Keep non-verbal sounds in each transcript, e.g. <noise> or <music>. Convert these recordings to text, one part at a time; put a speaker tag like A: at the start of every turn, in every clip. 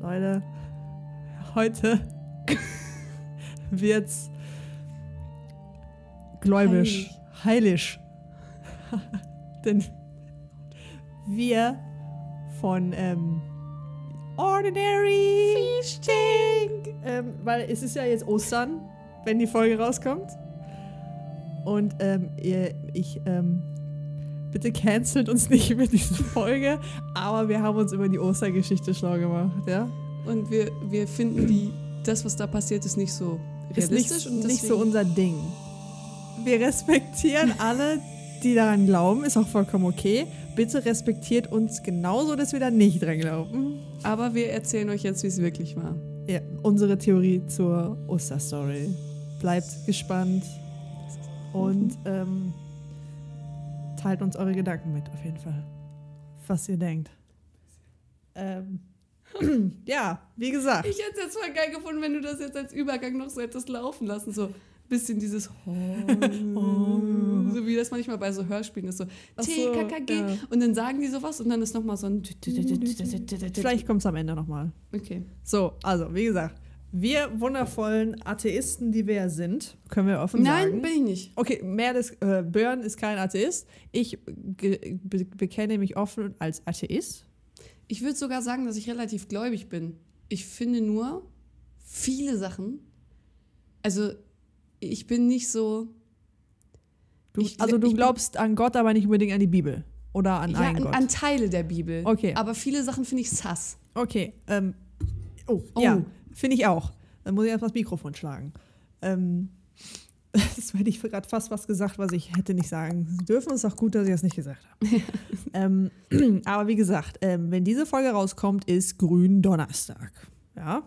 A: Leute, heute <laughs> wird's gläubisch, heilig. <laughs> Denn wir von ähm, Ordinary Fischting, ähm, weil es ist ja jetzt Ostern, wenn die Folge rauskommt. Und ähm, ihr, ich, ähm, bitte cancelt uns <laughs> nicht über diese Folge, aber wir haben uns über die Ostergeschichte schlau gemacht, ja?
B: Und wir, wir finden die, das, was da passiert, ist nicht so
A: ist
B: realistisch.
A: nicht,
B: und
A: nicht so
B: deswegen-
A: unser Ding. Wir <laughs> respektieren alle, die daran glauben, ist auch vollkommen okay. Bitte respektiert uns genauso, dass wir da nicht dran glauben.
B: Aber wir erzählen euch jetzt, wie es wirklich war.
A: Ja, unsere Theorie zur Osterstory. Bleibt gespannt und ähm, teilt uns eure Gedanken mit, auf jeden Fall. Was ihr denkt. Ähm, <clears throat> ja, wie gesagt.
B: Ich hätte es jetzt voll geil gefunden, wenn du das jetzt als Übergang noch so hättest laufen lassen. So ein bisschen dieses So wie das manchmal bei so Hörspielen ist. So
A: Ach so,
B: TKKG.
A: ja.
B: Und dann sagen die sowas und dann ist nochmal so ein.
A: Vielleicht kommt es am Ende nochmal.
B: Okay.
A: So, also, wie gesagt, wir wundervollen Atheisten, die wir ja sind, können wir offen sagen.
B: Nein, bin ich nicht.
A: Okay, mehr des, äh, Björn ist kein Atheist. Ich ge- be bekenne mich offen als Atheist.
B: Ich würde sogar sagen, dass ich relativ gläubig bin. Ich finde nur viele Sachen. Also, ich bin nicht so.
A: Du,
B: Ich gl-
A: also
B: ich
A: du
B: bin-
A: glaubst an Gott, aber nicht unbedingt an die Bibel oder an
B: ja,
A: einen
B: an,
A: Gott.
B: an Teile der Bibel.
A: Okay.
B: Aber viele Sachen finde ich sass.
A: okay, ähm, oh,
B: Oh.
A: ja, finde ich auch. Dann muss ich erst mal das Mikrofon schlagen. Ähm, <laughs> das hätte ich gerade fast was gesagt, was ich hätte nicht sagen dürfen. Ist auch gut, dass ich das nicht gesagt habe. <laughs> ähm, <clears throat> aber wie gesagt, ähm, wenn diese Folge rauskommt, ist Gründonnerstag. Ja,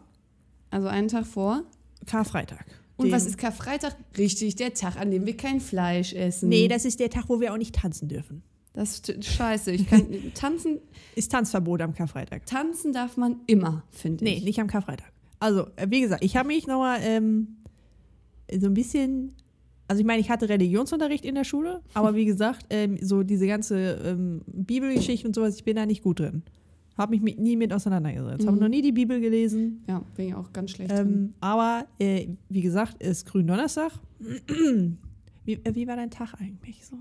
B: Also einen Tag vor.
A: Karfreitag.
B: Und
A: Dem-
B: was ist Karfreitag? Richtig, der Tag, an dem wir kein Fleisch essen.
A: Nee, das ist der Tag, wo wir auch nicht tanzen dürfen.
B: das ist scheiße. Ich kann tanzen,
A: Ist Tanzverbot am Karfreitag.
B: tanzen darf man immer, finde
A: Nee,
B: ich.
A: nicht am Karfreitag. Also, äh, wie gesagt, ich habe mich nochmal ähm, so ein bisschen. Also, ich meine, ich hatte Religionsunterricht in der Schule, aber wie <laughs> gesagt, ähm, so diese ganze ähm, Bibelgeschichte und sowas, ich bin da nicht gut drin. Habe mich mit, nie mit auseinandergesetzt. Habe
B: Mhm.
A: noch nie die Bibel gelesen.
B: Ja, bin ich auch ganz schlecht drin.
A: Ähm, aber äh, wie gesagt, ist Gründonnerstag. <clears throat> Wie, äh, wie war dein Tag eigentlich so?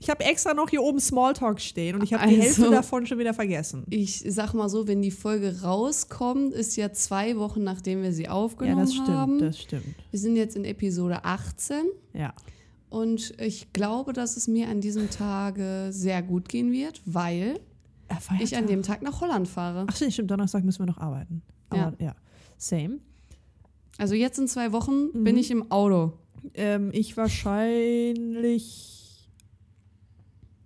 A: Ich habe extra noch hier oben Smalltalk stehen und ich habe die
B: Also.
A: Hälfte davon schon wieder vergessen.
B: Ich sag mal so, wenn die Folge rauskommt, ist ja zwei Wochen, nachdem wir sie aufgenommen
A: ja, das stimmt,
B: haben.
A: das stimmt.
B: Wir sind jetzt in Episode 18
A: Ja.
B: und ich glaube, dass es mir an diesem Tage sehr gut gehen wird, weil ich an dem Tag nach Holland fahre.
A: Ach stimmt, stimmt, Donnerstag müssen wir noch arbeiten. Aber ja. Same.
B: Also jetzt in zwei Wochen
A: Mhm.
B: bin ich im Auto.
A: Ähm, ich wahrscheinlich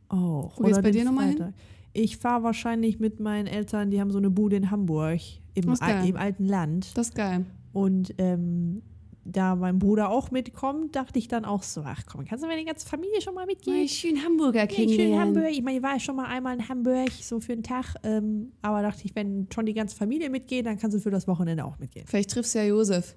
A: auch.
B: Wo geht's
A: Oder
B: bei
A: den
B: dir nochmal hin?
A: Freitag. Ich fahre wahrscheinlich mit meinen Eltern, die haben so eine Bude in Hamburg, im,
B: Das ist
A: Al
B: geil.
A: im alten Land.
B: Das ist geil.
A: Und ähm, da mein Bruder auch mitkommt, dachte ich dann auch so, ach komm, kannst du meine ganze Familie schon mal mitgehen?
B: Mal schön Hamburger
A: Ja, ich
B: kennenlernen.
A: schön Hamburg. Ich meine, ich war ja schon mal einmal in Hamburg, so für einen Tag. Ähm, aber dachte ich, wenn schon die ganze Familie mitgeht, dann kannst du für das Wochenende auch mitgehen.
B: Vielleicht triffst du ja Josef.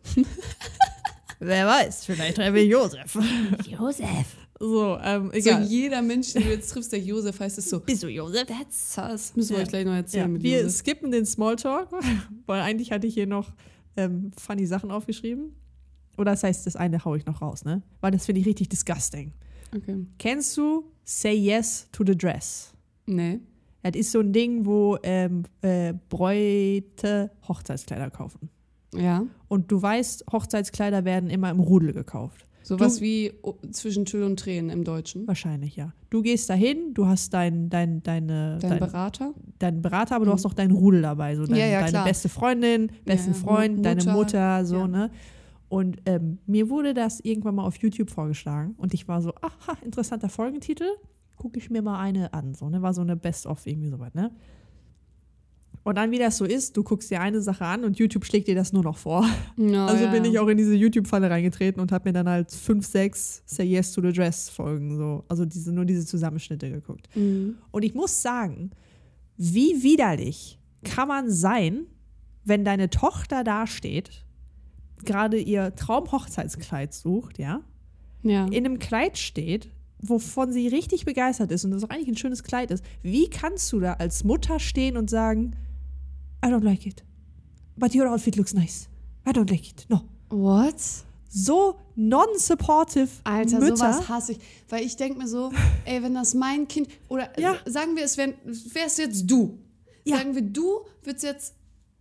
A: Wer weiß, vielleicht treffe ich Josef.
C: Josef.
A: So, ähm,
B: So
A: egal.
B: jeder Mensch, den du jetzt triffst, der Josef heißt, ist so.
C: Bist du Josef?
B: That's sus. Müssen wir
A: Ja.
B: euch gleich noch erzählen
A: ja,
B: mit
A: wir
B: Josef.
A: skippen den Smalltalk, <laughs> weil eigentlich hatte ich hier noch ähm, funny Sachen aufgeschrieben. Oder das heißt, das eine haue ich noch raus, ne? Weil das finde ich richtig disgusting.
B: Okay.
A: Kennst du Say Yes to the Dress?
B: Nee.
A: Das ist so ein Ding, wo ähm, äh, Bräute Hochzeitskleider kaufen.
B: Ja.
A: Und du weißt, Hochzeitskleider werden immer im Rudel gekauft.
B: Sowas wie oh, zwischen Tüll und Tränen im Deutschen.
A: Wahrscheinlich, ja. Du gehst dahin, du hast dein, dein, deine,
B: Dein Berater?
A: deinen Berater, aber du
B: Mhm.
A: hast auch deinen Rudel dabei, so dein,
B: Ja, ja,
A: deine
B: klar.
A: beste Freundin, besten
B: ja.
A: Freund,
B: Mu-
A: deine
B: Mutter,
A: Mutter, so
B: ja.
A: ne. Und ähm, mir wurde das irgendwann mal auf YouTube vorgeschlagen und ich war so, aha, interessanter Folgentitel, gucke ich mir mal eine an, so ne, war so eine Best of irgendwie sowas, ne. Und dann, wie das so ist, du guckst dir eine Sache an und YouTube schlägt dir das nur noch vor.
B: No,
A: Also
B: ja,
A: bin
B: Oh, ja.
A: ich auch in diese YouTube-Falle reingetreten und habe mir dann halt fünf, sechs Say Yes to the Dress Folgen so, also diese, nur diese Zusammenschnitte geguckt.
B: Mhm.
A: Und ich muss sagen, wie widerlich kann man sein, wenn deine Tochter dasteht, gerade ihr Traumhochzeitskleid sucht, ja,
B: Ja.
A: in einem Kleid steht, wovon sie richtig begeistert ist und das auch eigentlich ein schönes Kleid ist. Wie kannst du da als Mutter stehen und sagen, I don't like it? but your outfit looks nice. I don't like it. No.
B: What?
A: So non-supportive
B: Alter,
A: Mütter.
B: sowas hasse ich. Weil ich denke mir so, ey, wenn das mein Kind. Oder
A: Ja.
B: äh, sagen wir, es wär- wärst jetzt du.
A: Ja.
B: Sagen wir, du würdest jetzt.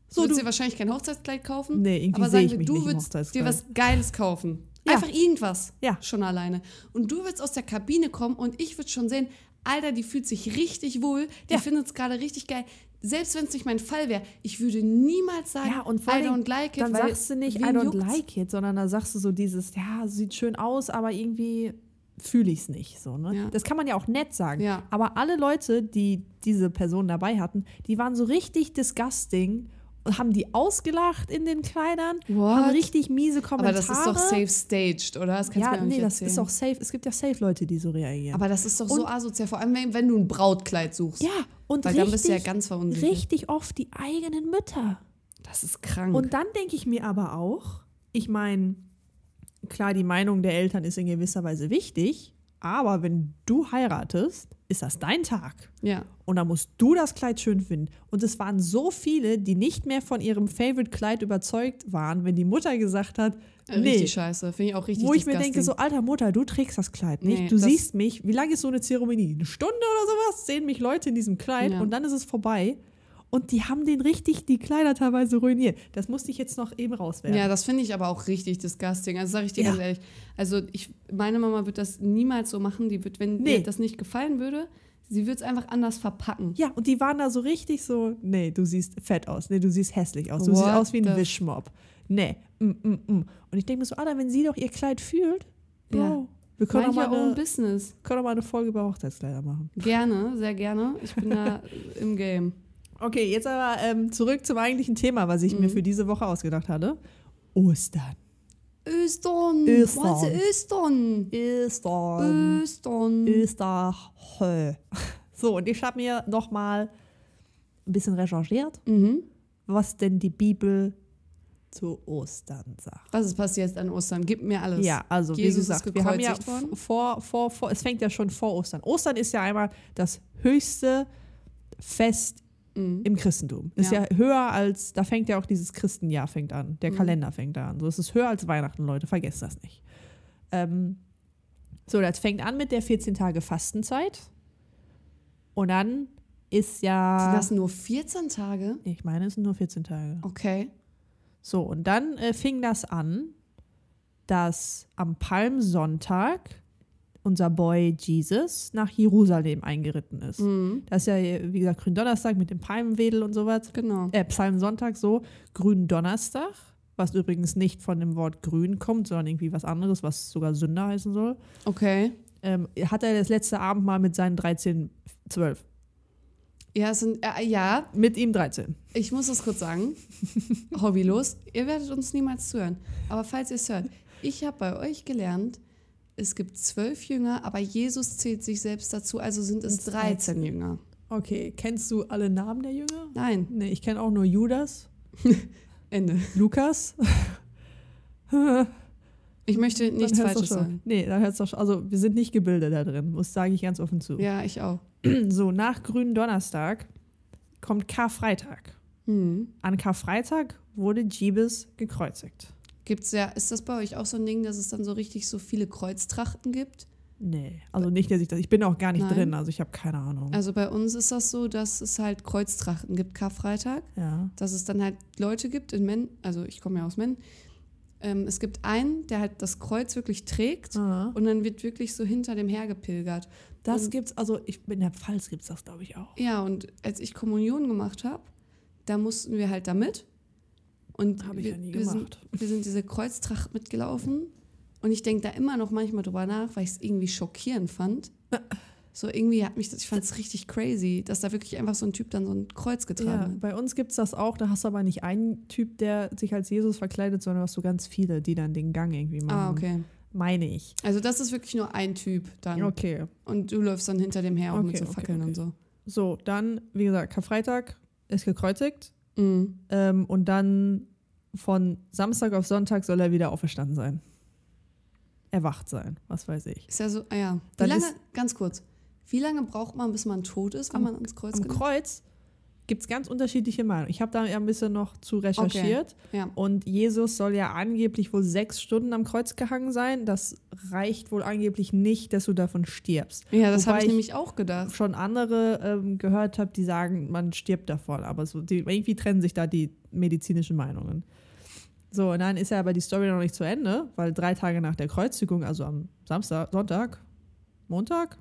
A: So,
B: So, würdest
A: du-
B: dir wahrscheinlich kein Hochzeitskleid kaufen.
A: Nee, irgendwie
B: aber
A: seh
B: sagen
A: ich
B: wir,
A: mich
B: du
A: nicht im
B: würdest dir
A: Hochzeitskleid.
B: was Geiles kaufen.
A: Ja.
B: Einfach irgendwas.
A: Ja.
B: Schon alleine. Und du würdest aus der Kabine kommen und ich würde schon sehen, Alter, die fühlt sich richtig wohl. Die
A: Ja.
B: findet es gerade richtig geil. Selbst wenn es nicht mein Fall wäre, ich würde niemals sagen,
A: Ja, und vor
B: I
A: allem,
B: don't like it.
A: dann
B: weil
A: sagst du nicht, I
B: wen
A: don't
B: juckt's?
A: like it, sondern dann sagst du so dieses, ja, sieht schön aus, aber irgendwie fühle ich es nicht. So, ne?
B: Ja.
A: Das kann man ja auch nett sagen.
B: Ja.
A: Aber alle Leute, die diese Person dabei hatten, die waren so richtig disgusting und haben die ausgelacht in den Kleidern, haben
B: What?
A: richtig miese
B: Aber
A: Kommentare.
B: das ist doch safe staged, oder? Das kannst du mir
A: Ja,
B: auch nicht
A: nee, das
B: erzählen.
A: ist auch safe. Es gibt ja safe Leute, die so reagieren.
B: Aber das ist doch
A: Und-
B: so asozial, vor allem wenn, wenn du ein Brautkleid suchst.
A: ja, und
B: Weil
A: richtig,
B: dann bist du ja ganz verunsichert.
A: richtig oft die eigenen Mütter.
B: Das ist krank.
A: Und dann denke ich mir aber auch, ich meine, klar, die Meinung der Eltern ist in gewisser Weise wichtig, aber wenn du heiratest, ist das dein Tag.
B: ja.
A: Und da musst du das Kleid schön finden. Und es waren so viele, die nicht mehr von ihrem Favorite-Kleid überzeugt waren, wenn die Mutter gesagt hat,
B: Richtig
A: nee.
B: scheiße. Finde ich auch richtig
A: Wo ich mir
B: disgusting.
A: denke, so, alter Mutter, du trägst das Kleid nicht.
B: Nee,
A: du
B: das-
A: siehst mich. Wie lange ist so eine Zeremonie? Eine Stunde oder sowas? Sehen mich Leute in diesem Kleid
B: Ja.
A: und dann ist es vorbei. Und die haben den richtig, die Kleider teilweise ruiniert. Das musste ich jetzt noch eben rauswerden.
B: Ja, das finde ich aber auch richtig disgusting. Also sage ich dir
A: Ja.
B: ganz ehrlich. Also ich, meine Mama wird das niemals so machen. Die wird, wenn
A: Nee.
B: ihr das nicht gefallen würde, sie wird es einfach anders verpacken.
A: Ja, und die waren da so richtig so, nee, du siehst fett aus, nee, du siehst hässlich aus, du
B: What
A: siehst aus wie ein
B: the-
A: Wischmob. Nee, mm, mm, mm. Und ich denke mir so, Alter, wenn sie doch ihr Kleid fühlt, Bro,
B: Ja.
A: wir können auch,
B: Mind
A: mal
B: your own
A: eine,
B: business.
A: können auch mal eine Folge über Hochzeitskleider machen.
B: Gerne, sehr gerne. Ich bin
A: <laughs>
B: da im Game.
A: Okay, jetzt aber ähm, zurück zum eigentlichen Thema, was ich mir
B: Mhm.
A: für diese Woche ausgedacht hatte. Ostern.
B: Östern.
A: Östern.
B: What's Östern?
A: Ostern.
B: Östern.
A: Österhö. <laughs> So, und ich habe mir nochmal ein bisschen recherchiert,
B: Mhm.
A: was denn die Bibel zu Ostern sagt.
B: Was ist passiert an Ostern? Gib mir alles.
A: Ja, also wie
B: Jesus
A: gesagt,
B: ist
A: wir haben ja
B: gekreuzigt worden.
A: f- vor, vor, vor, es fängt ja schon vor Ostern. Ostern ist ja einmal das höchste Fest
B: Mhm.
A: im Christentum. Ist ja.
B: Ja. Mhm.
A: höher als, da fängt ja auch dieses Christenjahr fängt an, der Kalender fängt da an. So, es ist höher als Weihnachten, Leute, vergesst das nicht. Ähm, so, das fängt an mit der 14 Tage Fastenzeit und dann ist
B: Sind
A: ja,
B: das Oh. nur 14 Tage?
A: Nee, ich meine, es sind nur 14 Tage.
B: Okay.
A: So, und dann äh, fing das an, dass am Palmsonntag unser Boy Jesus nach Jerusalem eingeritten ist.
B: Mhm.
A: Das ist ja, äh, wie gesagt, Gründonnerstag mit dem Palmenwedel und sowas.
B: Genau.
A: Äh, Psalmsonntag so, Gründonnerstag, was übrigens nicht von dem Wort grün kommt, sondern irgendwie was anderes, was sogar Sünder heißen soll.
B: Okay.
A: Ähm, hat er das letzte Abendmahl mit seinen 13, 12.
B: Ja, es sind, äh, ja,
A: Mit ihm 13.
B: ich muss das
A: <laughs>
B: kurz sagen. Hobbylos. Ihr werdet uns niemals zuhören. Aber falls ihr es hört, ich habe bei euch gelernt, es gibt zwölf Jünger, aber Jesus zählt sich selbst dazu, also sind es 13 Jünger.
A: Okay, kennst du alle Namen der Jünger?
B: Nein,
A: Nee, ich kenne auch nur Judas.
B: Ende.
A: Lukas. <laughs>
B: Ich möchte nichts
A: Dann hört's
B: Falsches
A: doch schon.
B: sagen.
A: Nee, da hört's doch schon. Also wir sind nicht gebildet da drin, muss sage ich ganz offen zu.
B: Ja, ich auch.
A: <clears throat> So, nach grünen Donnerstag kommt Karfreitag.
B: Mhm.
A: An Karfreitag wurde Jebes gekreuzigt.
B: Gibt's ja, ist das bei euch auch so ein Ding, dass es dann so richtig so viele Kreuztrachten gibt?
A: Nee, also nicht, dass ich das. Ich bin auch gar nicht
B: Nein.
A: drin, also ich habe keine Ahnung.
B: Also bei uns ist das so, dass es halt Kreuztrachten gibt, Karfreitag,
A: ja.
B: dass es dann halt Leute gibt in Men, also ich komme ja aus Men, ähm, es gibt einen, der halt das Kreuz wirklich trägt
A: Ah.
B: und dann wird wirklich so hinter dem her gepilgert.
A: Das
B: Und-
A: gibt's, also ich, in der Pfalz gibt's das, glaube ich, auch.
B: Ja, und als ich Kommunion gemacht habe, da mussten wir halt da mit. Und
A: Hab ich
B: wir,
A: ja nie
B: wir sind,
A: gemacht.
B: wir sind diese Kreuztracht mitgelaufen. Und ich denke da immer noch manchmal drüber nach, weil ich es irgendwie schockierend fand. So irgendwie hat mich das, ich fand es richtig crazy, dass da wirklich einfach so ein Typ dann so ein Kreuz getragen
A: Ja,
B: hat.
A: bei uns gibt's das auch, da hast du aber nicht einen Typ, der sich als Jesus verkleidet, sondern hast du ganz viele, die dann den Gang irgendwie machen.
B: Ah, okay.
A: Meine ich.
B: Also das ist wirklich nur ein Typ dann.
A: Okay.
B: Und du läufst dann hinter dem her, auch mit
A: Okay,
B: so
A: okay,
B: Fackeln
A: okay.
B: und so.
A: So, dann, wie gesagt, Karfreitag ist gekreuzigt.
B: Mhm.
A: Ähm, und dann von Samstag auf Sonntag soll er wieder auferstanden sein. Erwacht sein, was weiß ich.
B: Ist ja so, ah ja. Wie
A: Dann
B: lange,
A: ist-
B: ganz kurz, wie lange braucht man, bis man tot ist, wenn
A: Am-
B: man ans Kreuz
A: Am
B: geht?
A: Kreuz gibt es ganz unterschiedliche Meinungen. Ich habe da ja ein bisschen noch zu recherchiert.
B: Ja.
A: Und Jesus soll ja angeblich wohl sechs Stunden am Kreuz gehangen sein. Das reicht wohl angeblich nicht, dass du davon stirbst.
B: Ja, das habe
A: Wobei
B: ich nämlich auch gedacht. <laughs>
A: schon andere ähm, gehört habe, die sagen, man stirbt davon. Aber so, die, irgendwie trennen sich da die medizinischen Meinungen. So, und dann ist ja aber die Story noch nicht zu Ende, weil drei Tage nach der Kreuzigung, also am Samstag, Sonntag, Montag?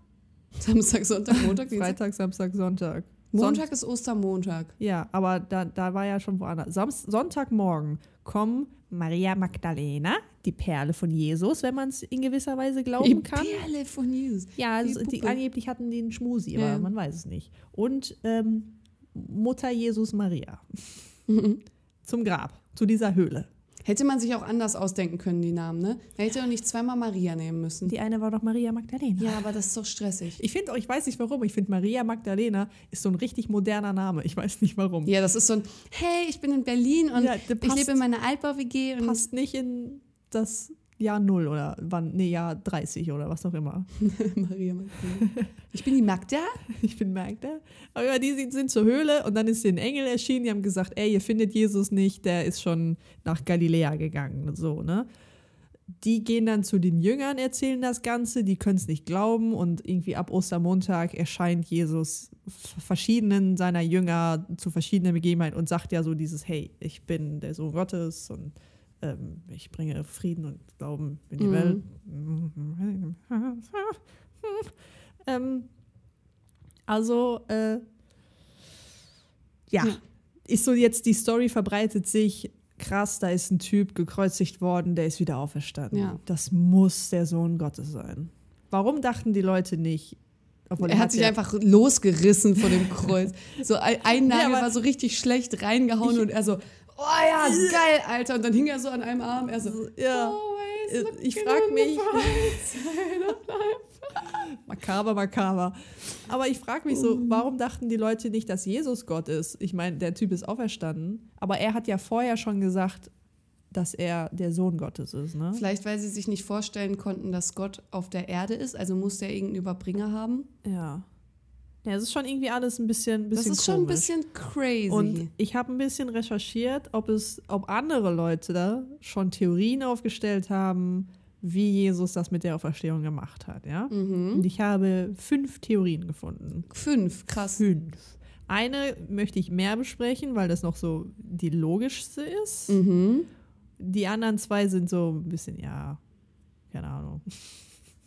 B: Samstag, Sonntag, Montag,
A: <laughs>
B: Dienstag.
A: Freitag, Samstag, Sonntag. Sonntag.
B: Montag ist Ostermontag.
A: Ja, aber da, da war ja schon woanders. Samst Sonntagmorgen kommen Maria Magdalena, die Perle von Jesus, wenn man es in gewisser Weise glauben
B: Die
A: kann.
B: Perle von Jesus.
A: Ja,
B: Die
A: so- die,
B: Puppe.
A: angeblich hatten die einen Schmusi, aber
B: Ja.
A: man weiß es nicht. Und ähm, Mutter Jesus Maria
B: Mhm.
A: zum Grab, zu dieser Höhle.
B: Hätte man sich auch anders ausdenken können, die Namen, ne? Man hätte auch nicht zweimal Maria nehmen müssen.
A: Die eine war doch Maria Magdalena.
B: Ja, aber das ist doch stressig.
A: Ich finde, auch- ich weiß nicht warum, ich finde Maria Magdalena ist so ein richtig moderner Name. Ich weiß nicht warum.
B: Ja, das ist so ein, hey, ich bin in Berlin und
A: Ja, der
B: ich
A: passt-
B: lebe in meiner Altbau-WG und
A: Passt nicht in das Jahr Null oder wann, nee, Jahr 30 oder was auch immer. <laughs>
B: <laughs> Maria Magdalena. Ich bin die Magda?
A: Ich bin Magda. Aber die sind- sind zur Höhle und dann ist den Engel erschienen. Die haben gesagt, ey, ihr findet Jesus nicht, der ist schon nach Galiläa gegangen. So, ne? Die gehen dann zu den Jüngern, erzählen das Ganze, die können es nicht glauben und irgendwie ab Ostermontag erscheint Jesus f- verschiedenen seiner Jünger zu verschiedenen Begebenheiten und sagt ja so dieses, hey, ich bin der Sohn Gottes und ähm, ich bringe Frieden und Glauben in die
B: Mhm.
A: Welt. <laughs> ähm, also, äh, ja.
B: Ja.
A: Hm. Ist so jetzt die Story verbreitet sich. Krass, da ist ein Typ gekreuzigt worden, der ist wieder auferstanden.
B: Ja.
A: Das muss der Sohn Gottes sein. Warum dachten die Leute nicht? Obwohl,
B: Er hat sich
A: ja-
B: einfach losgerissen
A: <laughs>
B: von dem Kreuz. So ein ein
A: Ja,
B: Nagel
A: aber-
B: war so richtig schlecht reingehauen
A: Ich-
B: und er so, oh ja, geil, Alter. Und dann hing er so an einem Arm. Er so,
A: Ja.
B: always
A: Äh, ich
B: looking
A: frag
B: on the
A: mich- <laughs>
B: bright side of life.
A: Makaber, makaber. Aber ich frage mich
B: Oh.
A: so, warum dachten die Leute nicht, dass Jesus Gott ist? Ich meine, der Typ ist auferstanden, aber er hat ja vorher schon gesagt, dass er der Sohn Gottes ist, ne?
B: Vielleicht, weil sie sich nicht vorstellen konnten, dass Gott auf der Erde ist. Also muss der irgendeinen Überbringer haben.
A: Ja. Ja, es ist schon irgendwie alles ein bisschen, bisschen
B: Das ist schon ein
A: komisch.
B: bisschen crazy.
A: Und ich habe ein bisschen recherchiert, ob es, ob andere Leute da schon Theorien aufgestellt haben, wie Jesus das mit der Auferstehung gemacht hat, ja.
B: Mhm.
A: Und ich habe fünf Theorien gefunden.
B: Fünf, krass.
A: Fünf. Eine möchte ich mehr besprechen, weil das noch so die logischste ist.
B: Mhm.
A: Die anderen zwei sind so ein bisschen, ja, keine Ahnung.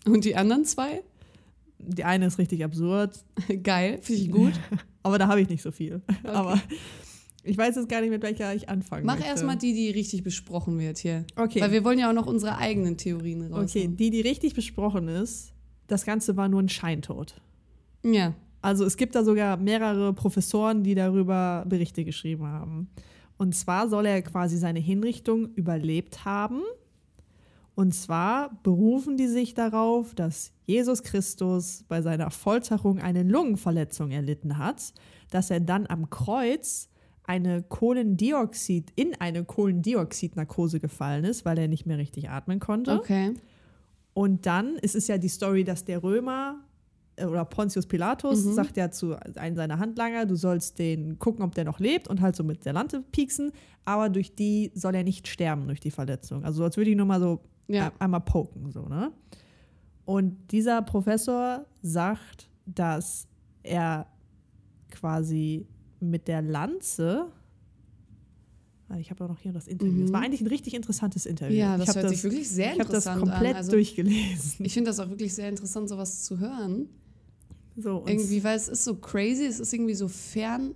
B: Und die anderen zwei? <laughs>
A: Die eine ist richtig absurd,
B: Geil, finde ich gut.
A: aber da habe ich nicht so viel. <laughs> Aber ich weiß jetzt gar nicht, mit welcher ich anfangen
B: Mach
A: möchte.
B: erstmal die, die richtig besprochen wird hier.
A: Okay.
B: Weil wir wollen ja auch noch unsere eigenen Theorien raus.
A: Okay, die, die richtig besprochen ist, das Ganze war nur ein Scheintod.
B: haben. Ja.
A: Also es gibt da sogar mehrere Professoren, die darüber Berichte geschrieben haben. Und zwar soll er quasi seine Hinrichtung überlebt haben. Und zwar berufen die sich darauf, dass Jesus Christus bei seiner Folterung eine Lungenverletzung erlitten hat, dass er dann am Kreuz eine Kohlendioxid in eine Kohlendioxidnarkose gefallen ist, weil er nicht mehr richtig atmen konnte.
B: Okay.
A: Und dann ist es ja die Story, dass der Römer äh, oder Pontius Pilatus
B: Mhm.
A: sagt ja zu einem seiner Handlanger, du sollst den gucken, ob der noch lebt und halt so mit der Lante pieksen, aber durch die soll er nicht sterben durch die Verletzung. Also als würde ich nur mal so
B: Ja.
A: ein- einmal poken so, ne? Und dieser Professor sagt, dass er quasi mit der Lanze Ah, ich habe auch noch hier das Interview. Das war eigentlich ein richtig interessantes Interview.
B: Mhm. Ja,
A: ich
B: das
A: hab
B: hört sich wirklich sehr
A: ich habe das
B: interessant
A: komplett
B: an. Also,
A: durchgelesen.
B: ich finde das auch wirklich sehr interessant, sowas zu hören.
A: So, und
B: Irgendwie, weil es ist so crazy, es ist irgendwie so fern,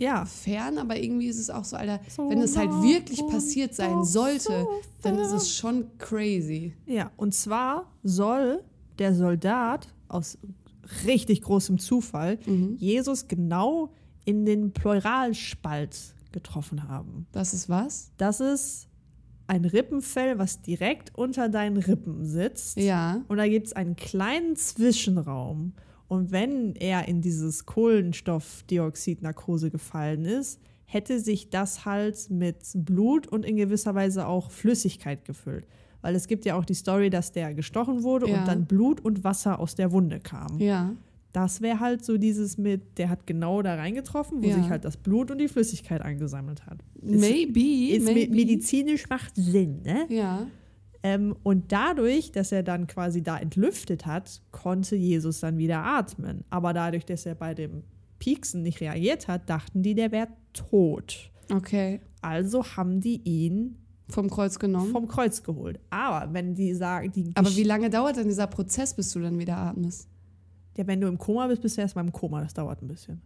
A: ja.
B: fern, aber irgendwie ist es auch so, Alter, wenn es halt wirklich passiert sein sollte, dann ist es schon crazy.
A: Ja, und zwar soll der Soldat aus richtig großem Zufall Jesus genau in den Pleuralspalt getroffen haben.
B: Das ist was?
A: Das ist ein Rippenfell, was direkt unter deinen Rippen sitzt.
B: Ja.
A: Und da gibt es einen kleinen Zwischenraum. Und wenn er in dieses Kohlenstoffdioxid-Narkose gefallen ist, hätte sich das halt mit Blut und in gewisser Weise auch Flüssigkeit gefüllt. Weil es gibt ja auch die Story, dass der gestochen wurde
B: Ja.
A: und dann Blut und Wasser aus der Wunde kam.
B: Ja.
A: Das wäre halt so dieses mit, der hat genau da reingetroffen, wo
B: Ja.
A: sich halt das Blut und die Flüssigkeit angesammelt hat. Ist-
B: Maybe.
A: Ist me-
B: maybe.
A: medizinisch macht Sinn, ne?
B: Ja.
A: Ähm, und dadurch, dass er dann quasi da entlüftet hat, konnte Jesus dann wieder atmen. Aber dadurch, dass er bei dem Pieksen nicht reagiert hat, dachten die, der wäre tot.
B: Okay.
A: Also haben die ihn
B: Vom Kreuz genommen.
A: vom Kreuz geholt. Aber wenn die sagen, die
B: Aber wie lange dauert denn dieser Prozess, bis du dann wieder atmest?
A: ja, wenn du im Koma bist, bist du erstmal im Koma. Das dauert ein bisschen.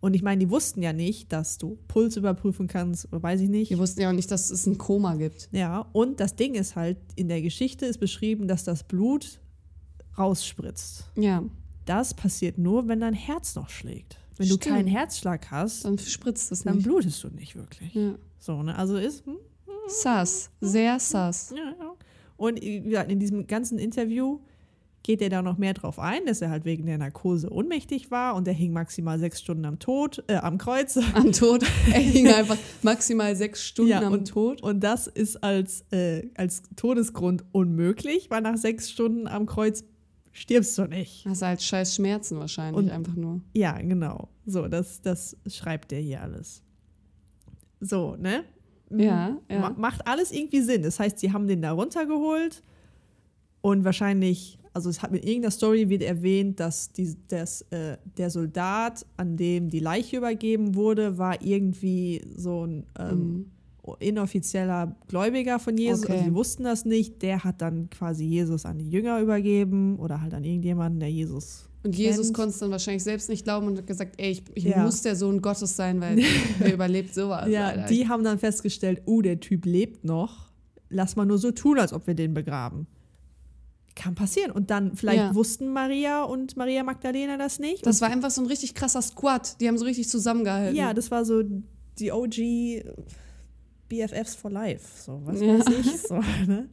A: Und ich meine, die wussten ja nicht, dass du Puls überprüfen kannst, weiß ich nicht.
B: Wir wussten ja auch nicht, dass es ein Koma gibt.
A: Ja, und das Ding ist halt, in der Geschichte ist beschrieben, dass das Blut rausspritzt.
B: Ja.
A: Das passiert nur, wenn dein Herz noch schlägt. Wenn
B: Stimmt.
A: du keinen Herzschlag hast,
B: Dann spritzt es
A: dann
B: nicht.
A: blutest du nicht wirklich.
B: Ja.
A: So, ne? Also ist. Hm,
B: Sass. Sehr sass.
A: ja, ja. Und wie gesagt, in diesem ganzen Interview geht er da noch mehr drauf ein, dass er halt wegen der Narkose ohnmächtig war und er hing maximal sechs Stunden am Tod, äh, am Kreuz. <laughs>
B: Am Tod. Er hing einfach maximal sechs Stunden
A: Ja,
B: am
A: und-
B: Tod.
A: Und das ist als, äh, als Todesgrund unmöglich, weil nach sechs Stunden am Kreuz stirbst du nicht.
B: Hast halt scheiß Schmerzen wahrscheinlich
A: Und-
B: einfach nur.
A: Ja, genau. So, das, das schreibt er hier alles. So, ne?
B: Ja,
A: Ma-
B: ja.
A: Macht alles irgendwie Sinn. Das heißt, sie haben den da runtergeholt und wahrscheinlich, also es hat mit irgendeiner Story wird erwähnt, dass die, das, äh, der Soldat, an dem die Leiche übergeben wurde, war irgendwie so ein ähm,
B: Mhm.
A: inoffizieller Gläubiger von Jesus.
B: Okay.
A: Also die wussten das nicht. Der hat dann quasi Jesus an die Jünger übergeben oder halt an irgendjemanden, der Jesus
B: Und Jesus
A: Kennt.
B: konnte es dann wahrscheinlich selbst nicht glauben und hat gesagt, ey, ich, ich
A: Ja.
B: muss der Sohn Gottes
A: <laughs>
B: sein, weil wer überlebt sowas?
A: ja,
B: Alter.
A: die haben dann festgestellt, oh, der Typ lebt noch. Lass mal nur so tun, als ob wir den begraben. Kann passieren. Und dann vielleicht
B: Ja.
A: wussten Maria und Maria Magdalena das nicht.
B: Das war einfach so ein richtig krasser Squad. Die haben so richtig zusammengehalten.
A: ja, das war so die OG BFFs for Life. So, was
B: Ja.
A: weiß ich.
B: <laughs>
A: So, ne?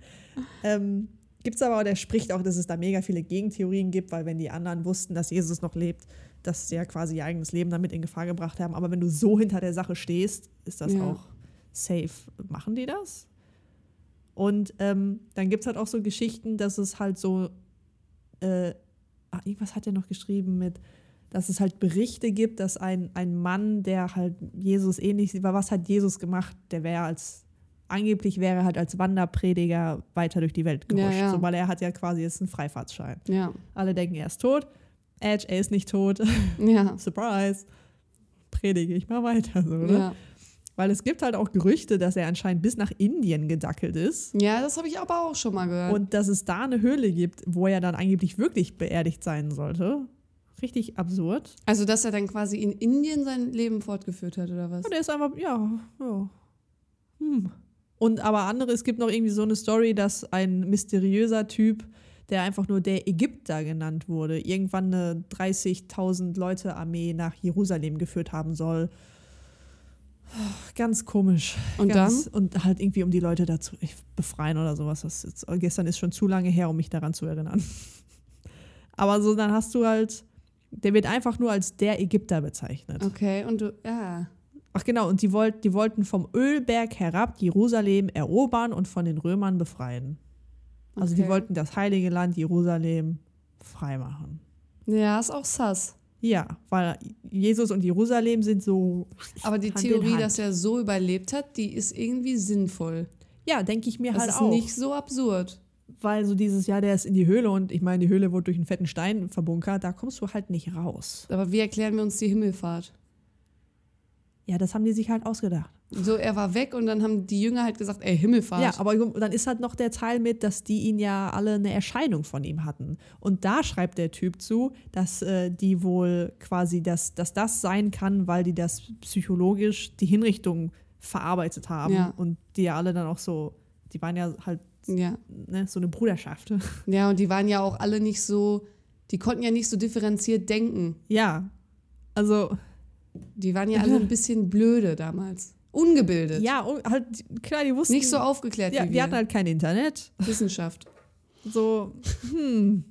A: ähm, gibt's aber auch, der spricht auch, dass es da mega viele Gegentheorien gibt, weil wenn die anderen wussten, dass Jesus noch lebt, dass sie ja quasi ihr eigenes Leben damit in Gefahr gebracht haben. Aber wenn du so hinter der Sache stehst, ist das
B: Ja.
A: auch safe. Machen die das? Und ähm, dann gibt es halt auch so Geschichten, dass es halt so, äh, ah, irgendwas hat er noch geschrieben mit, dass es halt Berichte gibt, dass ein, ein Mann, der halt Jesus ähnlich sieht, was hat Jesus gemacht, der wäre als, angeblich wäre er halt als Wanderprediger weiter durch die Welt
B: Ja,
A: geruscht,
B: ja.
A: So, weil er hat ja quasi jetzt einen Freifahrtschein.
B: Ja,
A: Alle denken, er ist tot, Edge, er ist nicht tot, <laughs>
B: ja.
A: surprise, predige ich mal weiter, so, ne?
B: Ja.
A: Weil es gibt halt auch Gerüchte, dass er anscheinend bis nach Indien gedackelt ist
B: ja, das habe ich aber auch schon mal gehört.
A: und dass es da eine Höhle gibt, wo er dann angeblich wirklich beerdigt sein sollte. Richtig absurd.
B: also, dass er dann quasi in Indien sein Leben fortgeführt hat, oder was?
A: Und er ist einfach, ja, ja. Hm. Und aber andere, es gibt noch irgendwie so eine Story, dass ein mysteriöser Typ, der einfach nur der Ägypter genannt wurde, irgendwann eine 30.000 Leute Armee nach Jerusalem geführt haben soll. Ganz komisch.
B: Und
A: Ganz-
B: dann?
A: Und halt irgendwie, um die Leute dazu ich, befreien oder sowas. Das ist, gestern ist schon zu lange her, um mich daran zu erinnern. <laughs> Aber so, dann hast du halt, der wird einfach nur als der Ägypter bezeichnet.
B: Okay, und du, ja.
A: Ach genau, und die, wollt, die wollten vom Ölberg herab Jerusalem erobern und von den Römern befreien. Also die
B: Okay.
A: wollten das heilige Land Jerusalem freimachen.
B: Ja, ist auch sass.
A: Ja, weil Jesus und Jerusalem sind so.
B: Aber die
A: Hand in
B: Theorie,
A: Hand.
B: dass er so überlebt hat, die ist irgendwie sinnvoll.
A: Ja, denke ich mir
B: Das
A: halt
B: ist
A: auch.
B: nicht so absurd.
A: weil so dieses Jahr, der ist in die Höhle und ich meine, die Höhle wurde durch einen fetten Stein verbunkert, da kommst du halt nicht raus.
B: Aber wie erklären wir uns die Himmelfahrt?
A: Ja, das haben die sich halt ausgedacht.
B: So, er war weg und dann haben die Jünger halt gesagt, ey, Himmelfahrt.
A: Ja, aber dann ist halt noch der Teil mit, dass die ihn ja alle eine Erscheinung von ihm hatten. Und da schreibt der Typ zu, dass äh, die wohl quasi, dass, dass das sein kann, weil die das psychologisch die Hinrichtung verarbeitet haben
B: Ja.
A: und die ja alle dann auch so, die waren ja halt
B: ja.
A: ne, so eine Bruderschaft. <laughs>
B: Ja, und die waren ja auch alle nicht so, die konnten ja nicht so differenziert denken.
A: ja, also
B: Die waren ja alle ein bisschen blöde damals. Ungebildet.
A: ja, und halt klar, die wussten
B: Nicht so aufgeklärt
A: Ja,
B: wie
A: wir
B: wir.
A: hatten halt kein Internet.
B: Wissenschaft.
A: So, hm.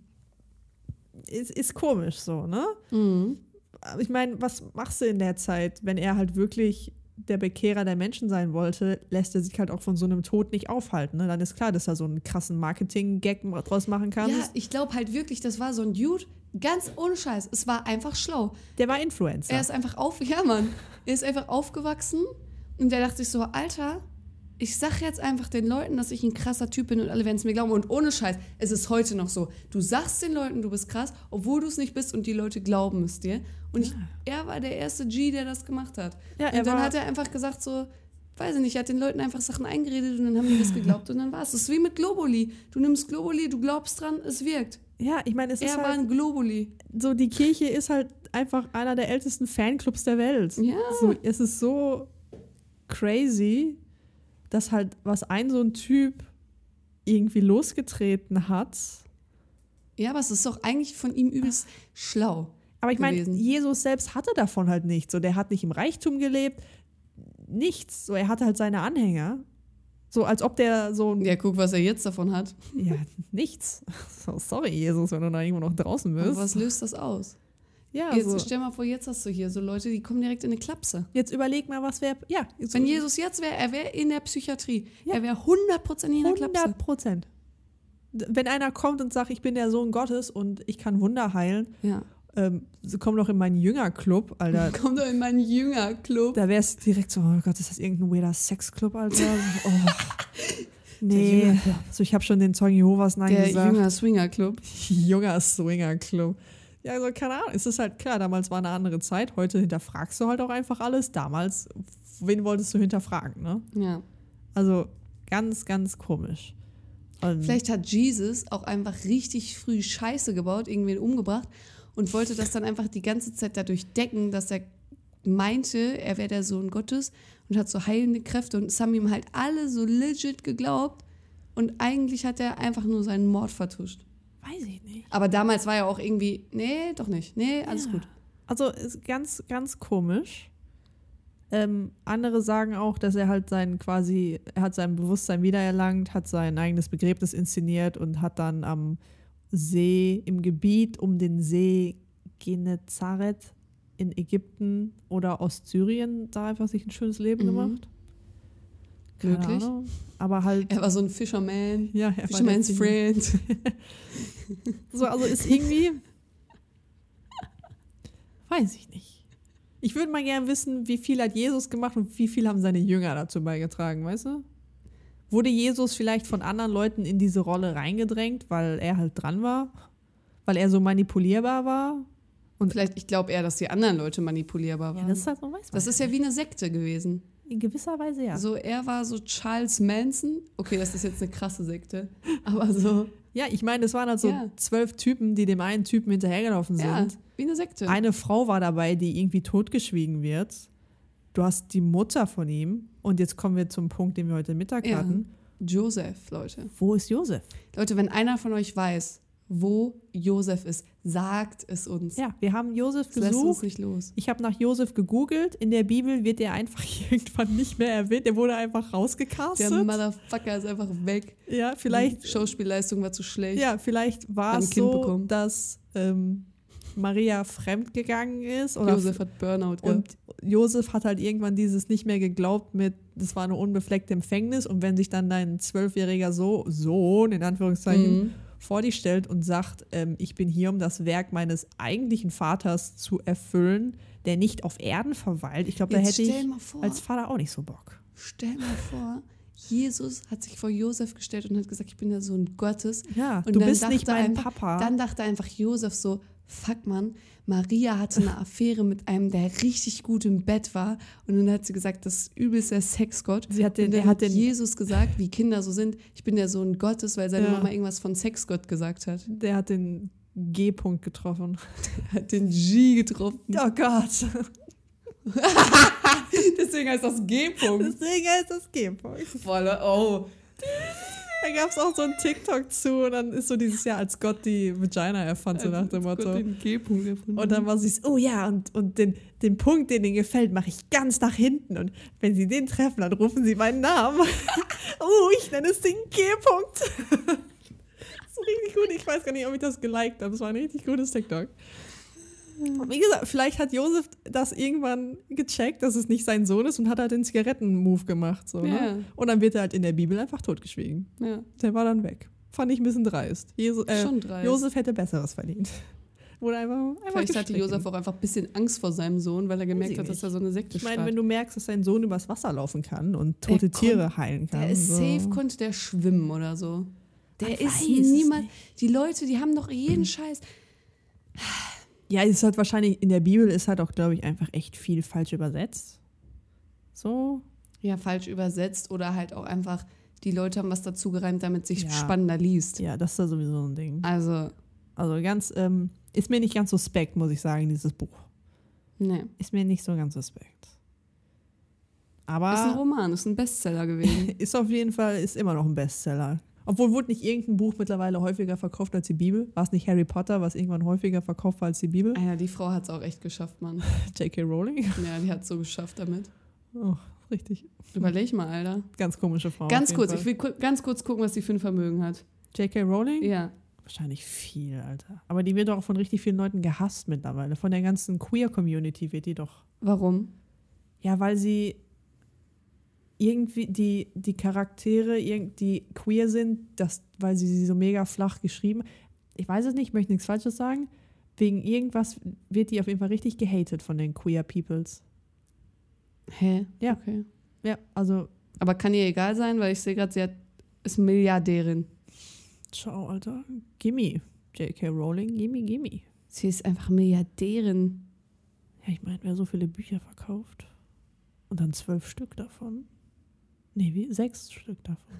A: Ist, ist komisch so, ne?
B: Mhm.
A: Aber ich meine, was machst du in der Zeit, wenn er halt wirklich der Bekehrer der Menschen sein wollte, lässt er sich halt auch von so einem Tod nicht aufhalten. Ne? Dann ist klar, dass er so einen krassen Marketing-Gag ma- draus machen kann.
B: Ja, ich glaube halt wirklich, das war so ein Dude, Ganz ohne Scheiß. Es war einfach schlau.
A: Der war Influencer.
B: Er ist einfach auf, ja Mann, er ist einfach aufgewachsen und der dachte sich so, Alter, ich sag jetzt einfach den Leuten, dass ich ein krasser Typ bin und alle werden es mir glauben. Und ohne Scheiß, es ist heute noch so. Du sagst den Leuten, du bist krass, obwohl du es nicht bist und die Leute glauben es dir. Und ich, er war der erste G, der das gemacht hat.
A: Ja, er
B: und dann
A: war-
B: hat er einfach gesagt so, weiß ich nicht, er hat den Leuten einfach Sachen eingeredet und dann haben die das geglaubt und dann war es. Das ist wie mit Globuli. Du nimmst Globuli, du glaubst dran, es wirkt.
A: ja, ich meine, es
B: Er
A: ist
B: war
A: halt
B: ein Globuli.
A: so, die Kirche ist halt einfach einer der ältesten Fanclubs der Welt.
B: Ja.
A: So, es ist so crazy, dass halt, was ein so ein Typ irgendwie losgetreten hat.
B: Ja, aber es ist doch eigentlich von ihm übelst schlau.
A: Aber ich meine,
B: gewesen.
A: Jesus selbst hatte davon halt nichts. So, der hat nicht im Reichtum gelebt, nichts. So, er hatte halt seine Anhänger. So, als ob der so ein.
B: Ja, guck, was er jetzt davon hat.
A: Ja, nichts. <laughs> So, sorry, Jesus, wenn du da irgendwo noch draußen
B: Aber
A: bist.
B: was löst das aus?
A: ja,
B: Jetzt,
A: so.
B: Stell mal vor, jetzt hast du hier so Leute, die kommen direkt in eine Klapse.
A: Jetzt überleg mal, was wäre. Ja, so
B: Wenn Jesus jetzt wäre, er wäre in der Psychiatrie.
A: Ja.
B: Er wäre hundertprozentig in der Klapse.
A: 100 Prozent. Wenn einer kommt und sagt, ich bin der Sohn Gottes und ich kann Wunder heilen,
B: Ja.
A: ähm, so komm doch in meinen Jüngerclub, Alter.
B: Kommt doch in meinen Jüngerclub.
A: da wär's direkt so, oh Gott, ist das irgendein weirder Sexclub, Alter?
B: <laughs>
A: Oh. Nee, so, ich habe schon den Zeugen Jehovas Nein
B: Der
A: gesagt.
B: Jünger Swinger Club.
A: <laughs> Junger Swinger Club. Ja, also keine Ahnung, es ist halt klar, damals war eine andere Zeit, heute hinterfragst du halt auch einfach alles. Damals, wen wolltest du hinterfragen, ne?
B: Ja.
A: Also ganz, ganz komisch. Und
B: Vielleicht hat Jesus auch einfach richtig früh Scheiße gebaut, irgendwen umgebracht und wollte das dann einfach die ganze Zeit dadurch decken, dass er meinte, er wäre der Sohn Gottes und hat so heilende Kräfte und es haben ihm halt alle so legit geglaubt und eigentlich hat er einfach nur seinen Mord vertuscht.
A: weiß ich nicht.
B: Aber damals war ja auch irgendwie, nee, doch nicht, nee, alles
A: Ja.
B: gut.
A: Also ist ganz, ganz komisch. Ähm, andere sagen auch, dass er halt sein quasi, er hat sein Bewusstsein wiedererlangt, hat sein eigenes Begräbnis inszeniert und hat dann am See, im Gebiet um den See Genezareth in Ägypten oder Ostsyrien da einfach sich ein schönes Leben
B: Mhm.
A: gemacht. Keine
B: Möglich.
A: Ahnung. Aber halt,
B: Er war so ein Fisherman,
A: ja, er war
B: Fisherman's
A: letztlich-
B: Friend.
A: So, also ist irgendwie. weiß ich nicht. Ich würde mal gerne wissen, wie viel hat Jesus gemacht und wie viel haben seine Jünger dazu beigetragen, weißt du? Wurde Jesus vielleicht von anderen Leuten in diese Rolle reingedrängt, weil er halt dran war? Weil er so manipulierbar war?
B: Und vielleicht, ich glaube eher, dass die anderen Leute manipulierbar waren.
A: halt so, weiß
B: das ist ja wie eine Sekte gewesen.
A: in gewisser Weise ja.
B: So, er war so Charles Manson. Okay, das ist jetzt eine krasse Sekte. Aber so,
A: Ja, ich meine, es waren halt so
B: Ja.
A: zwölf Typen, die dem einen Typen hinterhergelaufen sind.
B: ja, wie eine Sekte.
A: Eine Frau war dabei, die irgendwie totgeschwiegen wird. Du hast die Mutter von ihm. Und jetzt kommen wir zum Punkt, den wir heute Mittag
B: Ja.
A: hatten.
B: Joseph, Leute.
A: Wo ist Josef?
B: Leute, wenn einer von euch weiß, wo Josef ist, sagt es uns.
A: Ja, wir haben Josef
B: Das lässt uns
A: gesucht.
B: nicht los.
A: Ich habe nach Josef gegoogelt. In der Bibel wird er einfach <laughs> irgendwann nicht mehr erwähnt. Er wurde einfach
B: Der
A: rausgecastet.
B: Motherfucker ist einfach weg.
A: Ja,
B: Die
A: vielleicht,
B: Schauspielleistung war zu schlecht.
A: ja, vielleicht war
B: Hat ein
A: es
B: Kind
A: so,
B: bekommen.
A: dass ähm, Maria fremdgegangen ist. Oder
B: Josef hat Burnout gehabt.
A: Und Josef hat halt irgendwann dieses nicht mehr geglaubt mit, das war eine unbefleckte Empfängnis und wenn sich dann dein zwölfjähriger so Sohn in Anführungszeichen
B: Mhm.
A: vor dich stellt und sagt, ähm, ich bin hier, um das Werk meines eigentlichen Vaters zu erfüllen, der nicht auf Erden verweilt, ich glaube, da
B: Jetzt
A: hätte
B: stell
A: ich
B: mal vor,
A: als Vater auch nicht so Bock.
B: stell mal vor, Jesus hat sich vor Josef gestellt und hat gesagt, ich bin der Sohn Gottes.
A: Ja,
B: Und
A: du
B: dann
A: bist nicht
B: dachte
A: mein
B: einfach-
A: Papa.
B: Dann dachte einfach Josef so, fuck man, Maria hatte eine Affäre mit einem, der richtig gut im Bett war. Und dann hat sie gesagt, das ist übelst der Sexgott.
A: Sie hat den-
B: und
A: er
B: dann
A: hat
B: hat
A: den-
B: Jesus gesagt, wie Kinder so sind, ich bin der Sohn Gottes, weil seine
A: Ja.
B: Mama irgendwas von Sexgott gesagt hat.
A: der hat den G-Punkt
B: <laughs>
A: getroffen.
B: Hat den G
A: <laughs>
B: getroffen.
A: Oh Gott,
B: Deswegen heißt das G-Punkt.
A: deswegen heißt das G-Punkt.
B: Boah, Le- Oh.
A: Da gab es auch so ein TikTok zu und dann ist so dieses Jahr als Gott die Vagina erfand, so nach dem
B: Hat Gott
A: Motto.
B: den G-Punkt erfunden.
A: Und dann war sie so, oh ja, und, und den, den Punkt, den ihnen gefällt, mache ich ganz nach hinten. Und wenn sie den treffen, dann rufen sie meinen Namen. <laughs> oh, ich nenne es den G-Punkt. <laughs> das ist richtig gut. Ich weiß gar nicht, ob ich das geliked habe. Es war ein richtig gutes TikTok. Und wie gesagt, vielleicht hat Josef das irgendwann gecheckt, dass es nicht sein Sohn ist und hat halt den Zigaretten-Move gemacht. So,
B: Ja.
A: ne? Und dann wird er halt in der Bibel einfach totgeschwiegen.
B: ja,
A: Der war dann weg. Fand ich ein bisschen dreist. Jesu, äh,
B: schon drei.
A: Josef hätte Besseres verdient. <laughs> Wurde einfach, einfach
B: Vielleicht hatte
A: gestrichen.
B: Josef auch einfach ein bisschen Angst vor seinem Sohn, weil er gemerkt
A: ich
B: hat, dass
A: nicht.
B: da so eine Sekte
A: Ich meine, wenn
B: startet.
A: du merkst, dass dein Sohn übers Wasser laufen kann und tote
B: Der kon-
A: Tiere heilen kann.
B: Der ist
A: so.
B: safe, konnte der schwimmen oder so. Der
A: Man weiß
B: ist
A: es
B: niemand. Die Leute, die haben doch jeden Scheiß.
A: Ja, es ist halt wahrscheinlich, in der Bibel ist halt auch, glaube ich, einfach echt viel falsch übersetzt. So.
B: Ja, falsch übersetzt oder halt auch einfach, die Leute haben was dazu gereimt, damit sich
A: Ja.
B: spannender liest.
A: Ja, das ist da sowieso ein Ding.
B: Also,
A: Also ganz, ähm, ist mir nicht ganz suspekt, muss ich sagen, dieses Buch.
B: ne.
A: Ist mir nicht so ganz suspekt. Aber
B: Ist
A: Ah.
B: ein Roman, ist ein Bestseller gewesen.
A: <laughs> Ist auf jeden Fall, ist immer noch ein Bestseller. Obwohl wurde nicht irgendein Buch mittlerweile häufiger verkauft als die Bibel? War es nicht Harry Potter, was irgendwann häufiger verkauft war als die Bibel?
B: ah ja, die Frau hat es auch echt geschafft, Mann.
A: J.K. Rowling?
B: Ja, die hat so geschafft damit.
A: Oh, richtig.
B: Überleg mal, Alter.
A: Ganz komische Frau.
B: ganz
A: auf jeden
B: kurz,
A: Fall.
B: ich will ku- ganz kurz gucken, was die für ein Vermögen hat.
A: J.K. Rowling?
B: Ja.
A: Wahrscheinlich viel, Alter. Aber die wird doch auch von richtig vielen Leuten gehasst mittlerweile. Von der ganzen Queer-Community wird die doch.
B: Warum?
A: Ja, weil sie irgendwie die, die Charaktere, irgend- die queer sind, das, weil sie sie so mega flach geschrieben. Ich weiß es nicht, ich möchte nichts Falsches sagen. Wegen irgendwas wird die auf jeden Fall richtig gehatet von den queer Peoples.
B: Hä?
A: Ja.
B: Okay.
A: Ja, also,
B: Aber kann ihr egal sein, weil ich sehe gerade, sie hat, ist Milliardärin.
A: ciao, Alter. Gimme. J.K. Rowling, gimme, gimme.
B: Sie ist einfach Milliardärin.
A: Ja, ich meine, wer so viele Bücher verkauft und dann zwölf Stück davon. Nee, wie? Sechs Stück davon.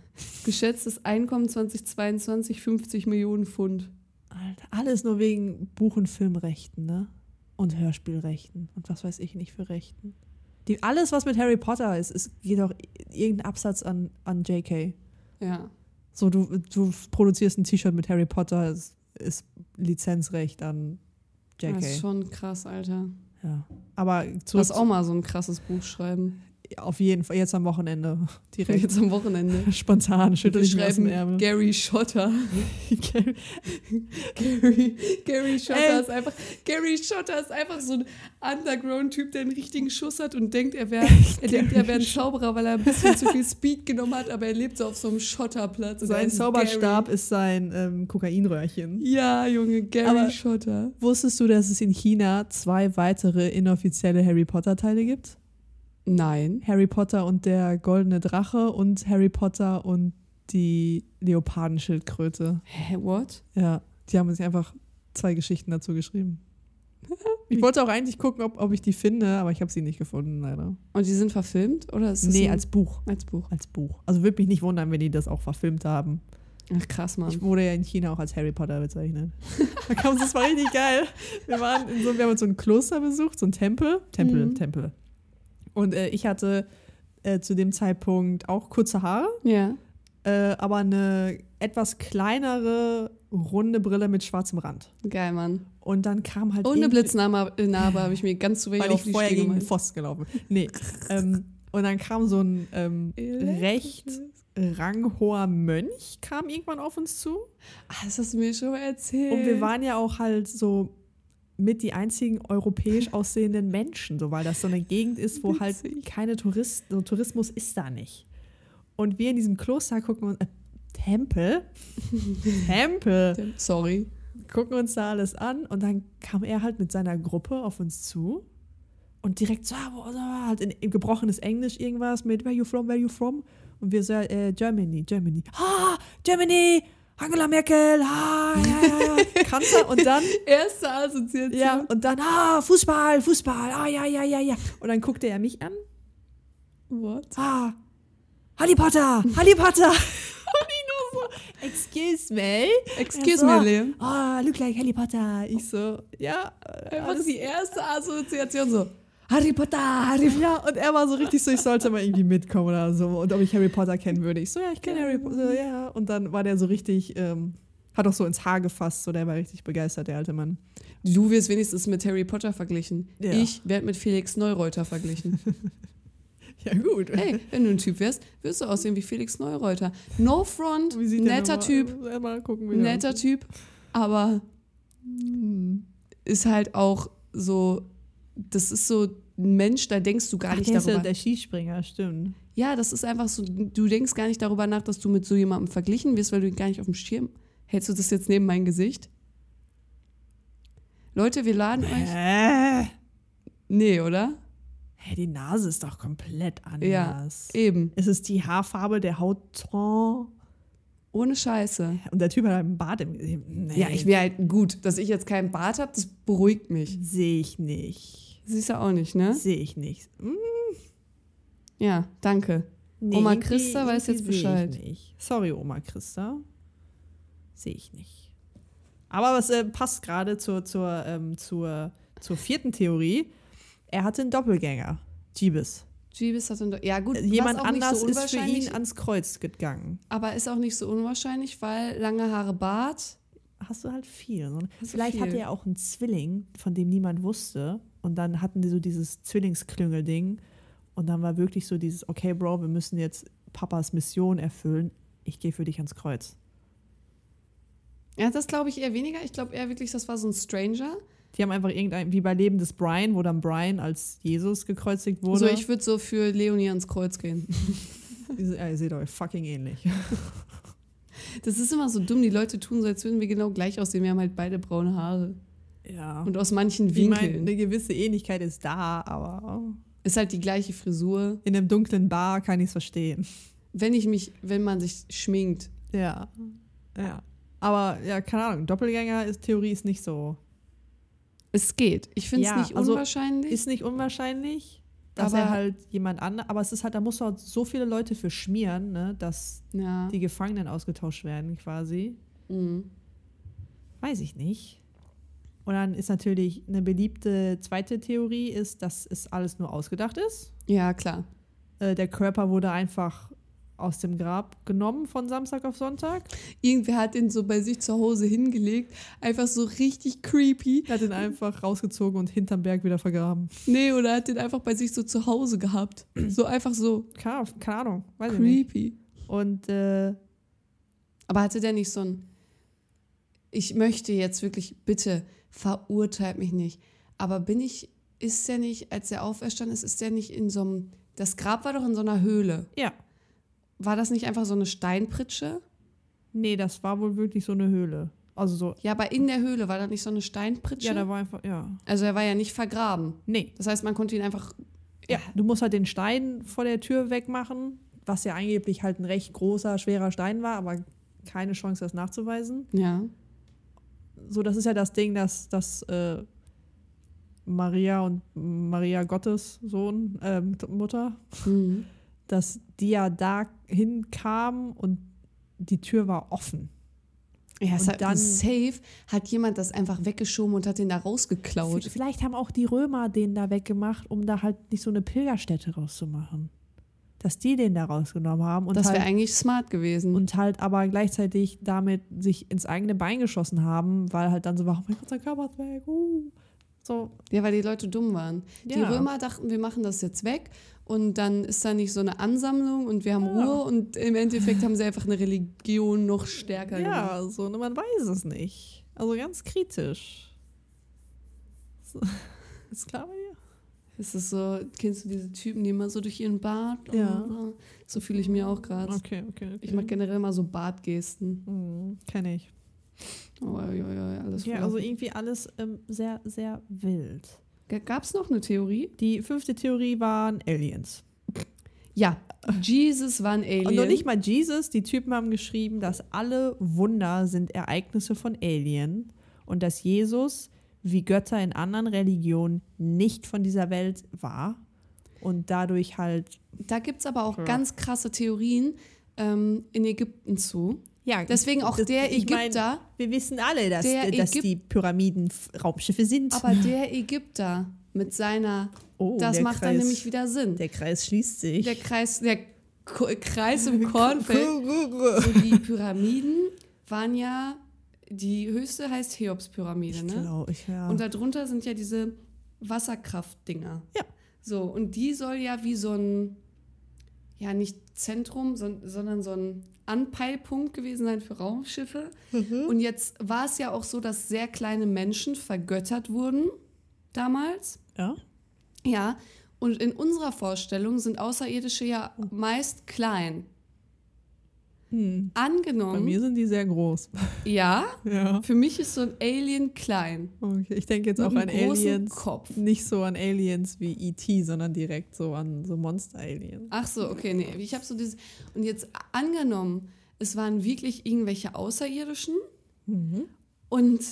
B: Geschätztes Einkommen 2022 50 Millionen Pfund.
A: Alter, alles nur wegen Buch- und Filmrechten, ne? Und Hörspielrechten und was weiß ich nicht für Rechten. Die, alles, was mit Harry Potter ist, ist geht auch i- irgendein Absatz an, an JK.
B: Ja.
A: So, du, du produzierst ein T-Shirt mit Harry Potter, ist, ist Lizenzrecht an JK.
B: Das ist schon krass, Alter.
A: ja. Aber
B: Du
A: zurück,
B: musst auch mal so ein krasses Buch schreiben.
A: auf jeden Fall, jetzt am Wochenende <laughs> direkt.
B: Jetzt
A: <laughs>
B: am Wochenende.
A: Spontan, schüttel
B: Wir
A: ich mir aus dem
B: schreiben
A: Ärmel. <laughs>
B: Gary Schotter. Gary, Gary Schotter
A: Ey.
B: ist einfach Gary Schotter ist einfach so ein Underground-Typ, der einen richtigen Schuss hat und denkt, er wäre er
A: <laughs>
B: denkt, er wäre ein Zauberer, weil er ein bisschen zu viel Speed genommen hat, aber er lebt so auf so einem Schotterplatz. und er
A: Sein
B: ist
A: Zauberstab ist sein ähm, Kokainröhrchen.
B: Gary. Ja, Junge, Gary
A: Aber-
B: Schotter.
A: Wusstest du, dass es in China zwei weitere inoffizielle Harry Potter-Teile gibt?
B: Nein.
A: Harry Potter und der goldene Drache und Harry Potter und die Leopardenschildkröte.
B: Hä, what?
A: Ja, die haben sich einfach zwei Geschichten dazu geschrieben. <laughs> Ich wollte auch eigentlich gucken, ob, ob ich die finde, aber ich habe sie nicht gefunden, leider.
B: Und die sind verfilmt? Oder ist das
A: nee,
B: ein-
A: als Buch.
B: als Buch.
A: Als Buch. Also würde mich nicht wundern, wenn die das auch verfilmt haben.
B: Ach, krass, Mann.
A: Ich wurde ja in China auch als Harry Potter bezeichnet. <laughs> Da kam es, das war richtig geil. Wir, waren in so, wir haben uns so ein Kloster besucht, so ein Tempel. Tempel,
B: Mhm.
A: Tempel. Und äh, ich hatte äh, zu dem Zeitpunkt auch kurze Haare,
B: ja.
A: äh, aber eine etwas kleinere, runde Brille mit schwarzem Rand.
B: Geil, Mann.
A: Und dann kam halt.
B: Ohne
A: irgendwie-
B: Blitznarbe habe ich mir ganz zu wenig
A: weil
B: auf
A: ich
B: die
A: vorher
B: Stirn
A: gegen den
B: gemalt.
A: Pfosten gelaufen bin. Nee. ähm, und dann kam so ein ähm, recht ranghoher Mönch, kam irgendwann auf uns zu.
B: Ah, das hast du mir schon mal erzählt.
A: Und wir waren ja auch halt so mit die einzigen europäisch aussehenden Menschen, so weil das so eine Gegend ist, wo halt
B: Witzig.
A: keine Touristen, so Tourismus ist da nicht. Und wir in diesem Kloster gucken uns äh, Tempel, Tempel,
B: Sorry.
A: gucken uns da alles an und dann kam er halt mit seiner Gruppe auf uns zu und direkt so ah, wo- so, ah, halt in, in gebrochenes Englisch irgendwas mit Where you from, where you from und wir so äh, Germany, Germany, ah Germany, Angela Merkel, ah ja ja ja, <laughs> Kanzler und dann
B: Erste Assoziation.
A: ja, und dann, ah, Fußball, Fußball, ah, ja, ja, ja, ja. Und dann guckte er mich an,
B: What?
A: ah, Harry Potter, Harry Potter. <laughs> Und ich nur so, excuse me.
B: Excuse
A: Ja,
B: me,
A: so.
B: Liam.
A: Ah, look like Harry Potter. Ich so, ja. äh,
B: Einfach
A: alles-
B: die erste Assoziation so. Harry Potter, Harry Potter.
A: Ja, und er war so richtig so, ich sollte mal irgendwie mitkommen oder so. Und ob ich Harry Potter kennen würde. Ich so, ja, ich kenne Harry Potter, ja. Und dann war der so richtig, ähm, hat auch so ins Haar gefasst. So, der war richtig begeistert, der alte Mann.
B: Du wirst wenigstens mit Harry Potter verglichen.
A: Ja.
B: Ich werde mit Felix
A: <laughs>
B: Neureuter verglichen.
A: <laughs> Ja, gut.
B: Hey, wenn du ein Typ wärst, wirst du aussehen wie Felix Neureuter. No front,
A: Wie sieht der
B: netter
A: nochmal-
B: Typ,
A: Äh, Mal gucken, wie der-
B: netter Typ, aber ist halt auch so, das ist so ein Mensch, da denkst du gar
A: Ach,
B: nicht
A: der ist ja
B: darüber.
A: der Skispringer, stimmt.
B: Ja, das ist einfach so, du denkst gar nicht darüber nach, dass du mit so jemandem verglichen wirst, weil du ihn gar nicht auf dem Schirm. Hältst du das jetzt neben mein Gesicht? Leute, wir laden euch.
A: Äh,
B: Nee, oder?
A: hä, die Nase ist doch komplett anders.
B: Eben.
A: Es ist die Haarfarbe, der Hautton.
B: Ohne Scheiße.
A: Und der Typ hat halt einen Bart im Gesicht. Nee,
B: Ja, ich wäre halt gut, dass ich jetzt keinen Bart habe, das beruhigt mich.
A: Sehe ich nicht.
B: Siehst du auch nicht, ne?
A: Sehe ich nicht. Hm,
B: Ja, danke.
A: nee,
B: Oma
A: irgendwie-
B: Christa weiß jetzt
A: irgendwie seh
B: Bescheid.
A: Ich nicht. Sorry, Oma Christa. Sehe ich nicht. Aber was äh, passt gerade zur, zur, ähm, zur, zur vierten Theorie. Er hatte einen Doppelgänger. Jeebus.
B: Jeebus hat ein Ja, gut,
A: Äh, Jemand
B: was auch nicht
A: anders
B: so
A: ist für
B: unwahrscheinlich,
A: ihn ans Kreuz gegangen.
B: aber ist auch nicht so unwahrscheinlich, weil lange Haare Bart.
A: Hast du halt viel. ne?
B: Hast du
A: Vielleicht hatte
B: viel.
A: er auch einen Zwilling, von dem niemand wusste. Und dann hatten die so dieses Zwillingsklüngel-Ding. Und dann war wirklich so dieses, okay, Bro, wir müssen jetzt Papas Mission erfüllen. Ich gehe für dich ans Kreuz.
B: Ja, das glaube ich eher weniger. Ich glaube eher wirklich, das war so ein Stranger.
A: Die haben einfach irgendein, wie bei Leben des Brian, wo dann Brian als Jesus gekreuzigt wurde.
B: So, ich würde so für Leonie ans Kreuz gehen.
A: ja, ihr seht euch fucking ähnlich.
B: Das ist immer so dumm, die Leute tun so, als würden wir genau gleich aussehen. Wir haben halt beide braune Haare.
A: Ja. Und
B: Und aus manchen
A: ich meine,
B: Winkeln.
A: eine gewisse Ähnlichkeit ist da, aber
B: ist halt die gleiche Frisur.
A: in einem dunklen Bar kann ich es verstehen.
B: Wenn ich mich, wenn man sich schminkt.
A: Ja. Ja. Aber ja, keine Ahnung, Doppelgänger-Theorie ist nicht so.
B: Es geht. Ich finde es
A: Ja,
B: nicht
A: also
B: unwahrscheinlich.
A: Ist nicht unwahrscheinlich, dass
B: Aber-
A: er halt jemand anderes. Aber es ist halt, da muss halt so viele Leute für schmieren, ne, dass
B: ja.
A: die Gefangenen ausgetauscht werden, quasi.
B: Mhm.
A: Weiß ich nicht. Und dann ist natürlich eine beliebte zweite Theorie, ist, dass es alles nur ausgedacht ist.
B: ja, klar.
A: Äh, der Körper wurde einfach aus dem Grab genommen von Samstag auf Sonntag.
B: Irgendwer hat ihn so bei sich zu Hause hingelegt. Einfach so richtig creepy.
A: Er hat ihn einfach rausgezogen und hinterm Berg wieder vergraben.
B: Nee, oder hat den einfach bei sich so zu Hause gehabt. So einfach so
A: Keine, keine Ahnung, weiß ich nicht.
B: creepy.
A: Und äh,
B: Aber hatte der nicht so ein. Ich möchte jetzt wirklich, bitte, verurteilt mich nicht. Aber bin ich, ist der nicht, als er auferstanden ist, ist der nicht in so einem. Das Grab war doch in so einer Höhle.
A: ja,
B: War das nicht einfach so eine Steinpritsche?
A: nee, das war wohl wirklich so eine Höhle. Also so,
B: Ja, aber in der Höhle war da nicht so eine Steinpritsche?
A: ja, da war einfach, ja.
B: also er war ja nicht vergraben.
A: Nee.
B: Das heißt, man konnte ihn einfach.
A: Ja, du musst halt den Stein vor der Tür wegmachen, was ja angeblich halt ein recht großer, schwerer Stein war, aber keine Chance, das nachzuweisen.
B: Ja.
A: So, das ist ja das Ding, dass, dass äh, Maria und Maria Gottes Sohn, äh, Mutter,
B: Mhm.
A: dass die ja da hinkamen und die Tür war offen.
B: Ja, es
A: Und
B: hat
A: dann-
B: safe hat jemand das einfach weggeschoben und hat den da rausgeklaut.
A: Vielleicht haben auch die Römer den da weggemacht, um da halt nicht so eine Pilgerstätte rauszumachen. Dass die den da rausgenommen haben und,
B: das wäre
A: halt,
B: eigentlich smart gewesen.
A: und halt aber gleichzeitig damit sich ins eigene Bein geschossen haben, weil halt dann so war, oh mein Gott, sein Körper ist weg. Uh. So,
B: Ja, weil die Leute dumm waren. Die
A: Ja.
B: Römer dachten, wir machen das jetzt weg und dann ist da nicht so eine Ansammlung und wir haben
A: Ja.
B: Ruhe und im Endeffekt haben sie einfach eine Religion noch stärker gemacht.
A: ja, so, ne, man weiß es nicht. Also ganz kritisch. So. <laughs> Ist klar bei dir?
B: Es ist so, kennst du diese Typen, die immer so durch ihren Bart? und
A: Ja.
B: So, so fühle ich mir auch gerade.
A: Okay, okay. okay.
B: Ich mag generell immer so Bartgesten.
A: Hm, Kenne ich.
B: Oh, ja, ja, ja, alles
A: Ja,
B: früher.
A: also irgendwie alles ähm, sehr, sehr wild.
B: G- Gab's noch eine Theorie?
A: Die fünfte Theorie waren Aliens.
B: Ja, Jesus war ein Alien.
A: Und Oh, noch nicht mal Jesus. Die Typen haben geschrieben, dass alle Wunder sind Ereignisse von Alien und dass Jesus, wie Götter in anderen Religionen, nicht von dieser Welt war und dadurch halt.
B: Da gibt es aber auch
A: Ja.
B: ganz krasse Theorien ähm, in Ägypten zu.
A: Ja,
B: Deswegen auch
A: Das-
B: der
A: ich mein-
B: Ägypter,
A: wir wissen alle, dass,
B: Der
A: dass
B: Ägyp-
A: die Pyramiden F- Raumschiffe sind. <laughs>
B: aber der Ägypter mit seiner,
A: oh,
B: das
A: der
B: macht
A: Kreis,
B: dann nämlich wieder Sinn.
A: Der Kreis schließt sich.
B: Der Kreis, der Ko
A: <laughs>
B: Kreis im Kornfeld.
A: Ich
B: so die Pyramiden waren ja, die höchste heißt Cheops-Pyramide, ne?
A: glaube, ich, ja.
B: Und darunter sind ja diese Wasserkraftdinger.
A: Ja.
B: So, und die soll ja wie so ein, ja, nicht Zentrum, son- sondern so ein Anpeilpunkt gewesen sein für Raumschiffe.
A: Hm.
B: Und jetzt war es ja auch so, dass sehr kleine Menschen vergöttert wurden damals.
A: <laughs> ja.
B: Ja. Und
A: Oh.
B: in unserer Vorstellung sind Außerirdische ja meist klein.
A: Hm. Bei
B: Angenommen,
A: mir sind die sehr groß.
B: ja,
A: <laughs> Ja.
B: für mich ist so ein Alien klein.
A: Okay. Ich denke jetzt
B: Mit
A: auch an
B: einem großen
A: Aliens.
B: Kopf.
A: Nicht so an Aliens wie E.T., sondern direkt so an so Monster-Aliens.
B: Ach so, okay, nee. Ich habe so dieses. Und jetzt angenommen, es waren wirklich irgendwelche Außerirdischen
A: Mhm.
B: und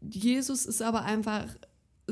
B: Jesus ist aber einfach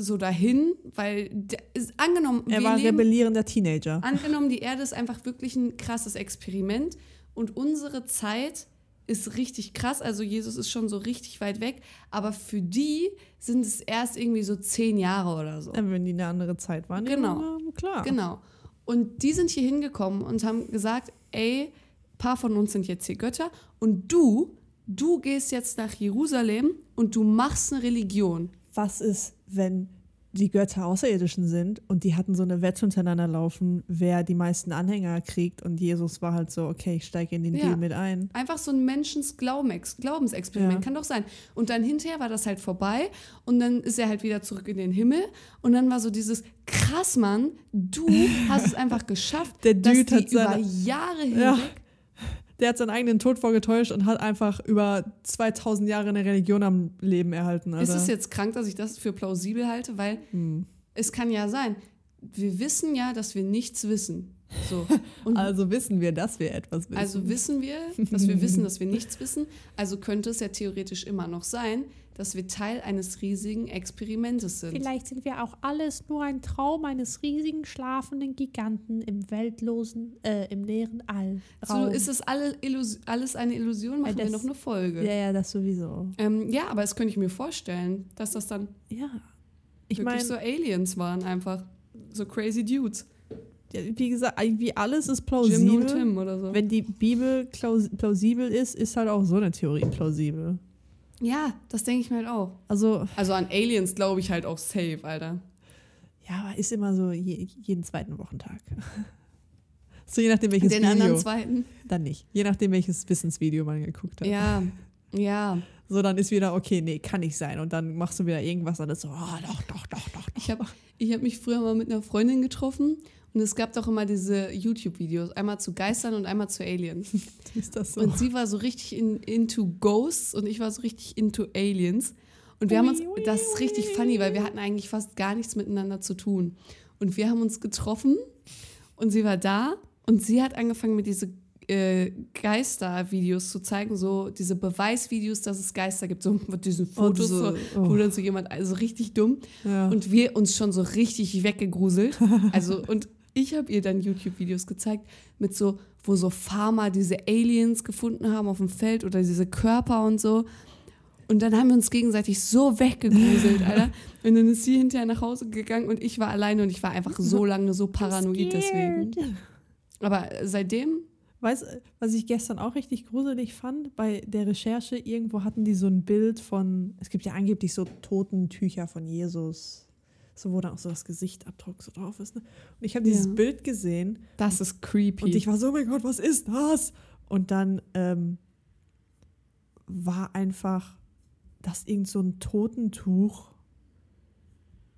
B: so dahin, weil der ist angenommen,
A: Er
B: wir
A: war
B: leben, Ah.
A: rebellierender Teenager.
B: angenommen, die Erde ist einfach wirklich ein krasses Experiment und unsere Zeit ist richtig krass. Also Jesus ist schon so richtig weit weg, aber für die sind es erst irgendwie so zehn Jahre oder so.
A: Dann, wenn die eine andere Zeit waren,
B: Genau.
A: dann, ähm, klar.
B: Genau. Und die sind hier hingekommen und haben gesagt, ey, paar von uns sind jetzt hier Götter und du, du gehst jetzt nach Jerusalem und du machst eine Religion.
A: Was ist, wenn die Götter Außerirdischen sind und die hatten so eine Wette untereinander laufen, wer die meisten Anhänger kriegt und Jesus war halt so, okay, ich steige in den
B: Ja.
A: Deal mit ein.
B: Einfach so ein Menschens Glaubenex- Glaubensexperiment
A: Ja.
B: kann doch sein. Und dann hinterher war das halt vorbei und dann ist er halt wieder zurück in den Himmel und dann war so dieses krass Mann,
A: <laughs>
B: du hast es einfach geschafft,
A: Der
B: dass
A: Dude
B: die
A: hat
B: über
A: seine-
B: Jahre hinweg
A: Ja. Der hat seinen eigenen Tod vorgetäuscht und hat einfach über 2000 Jahre eine Religion am Leben erhalten. Alter.
B: Ist es jetzt krank, dass ich das für plausibel halte? Weil es kann ja sein. Wir wissen ja, dass wir nichts wissen. <laughs> So. Und also,
A: also wissen wir, dass wir etwas wissen.
B: wissen wir, dass wir wissen, dass wir nichts wissen. Also könnte es ja theoretisch immer noch sein, dass wir Teil eines riesigen Experimentes sind.
C: Vielleicht sind wir auch alles nur ein Traum eines riesigen schlafenden Giganten im weltlosen, äh, im leeren All.
B: So ist es alle Illus alles eine Illusion, machen
A: Ja,
B: wir
A: das-
B: noch eine Folge.
A: ja, ja, das sowieso.
B: Ähm, ja, aber das könnte ich mir vorstellen, dass das dann
A: Ja. Ich
B: wirklich
A: meine,
B: so Aliens waren, einfach. So crazy Dudes.
A: wie gesagt, irgendwie alles ist
B: Jim
A: plausibel.
B: und Tim oder so.
A: Wenn die Bibel klaus- plausibel ist, ist halt auch so eine Theorie plausibel.
B: Ja, das denke ich mir halt auch.
A: Also,
B: Also an Aliens glaube ich halt auch safe, Alter.
A: ja, aber ist immer so je, jeden zweiten Wochentag. <laughs> So je nachdem, welches
B: Den
A: Video.
B: anderen zweiten.
A: dann nicht. Je nachdem, welches Wissensvideo man geguckt hat.
B: Ja, ja.
A: So, dann ist wieder, okay, nee, kann nicht sein. Und dann machst du wieder irgendwas anderes. So, oh, doch, doch, doch, doch.
B: Ich habe ich hab mich früher mal mit einer Freundin getroffen und es gab doch immer diese YouTube-Videos, einmal zu Geistern und einmal zu Aliens.
A: Ist das so?
B: Und sie war so richtig in, into Ghosts und ich war so richtig into Aliens. Und wir haben uns, das ist richtig funny, weil wir hatten eigentlich fast gar nichts miteinander zu tun. Und wir haben uns getroffen und sie war da und sie hat angefangen mit diese äh, Geister-Videos zu zeigen, so diese Beweisvideos, dass es Geister gibt, so <laughs> mit diesen Fotos,
A: diese-
B: so, wo
A: oh.
B: dann so jemand, also richtig dumm.
A: ja.
B: Und wir uns schon so
A: <laughs>
B: richtig weggegruselt. Also, und ich habe ihr dann YouTube-Videos gezeigt, mit so, wo so Farmer diese Aliens gefunden haben auf dem Feld oder diese Körper und so. Und dann haben wir uns gegenseitig
A: <laughs>
B: so weggegruselt, Alter. Und dann ist sie hinterher nach Hause gegangen und ich war alleine und ich war einfach
A: <laughs>
B: so lange so paranoid deswegen. Aber seitdem,
A: Weißt du, was ich gestern auch richtig gruselig fand? Bei der Recherche irgendwo hatten die so ein Bild von, es gibt ja angeblich so Totentücher von Jesus, so wo dann auch so das Gesichtabdruck so drauf ist. Ne? Und ich habe dieses
B: Ja.
A: Bild gesehen
B: das ist creepy.
A: und ich war so, oh mein Gott, was ist das? Und dann ähm, war einfach das irgend so ein Totentuch.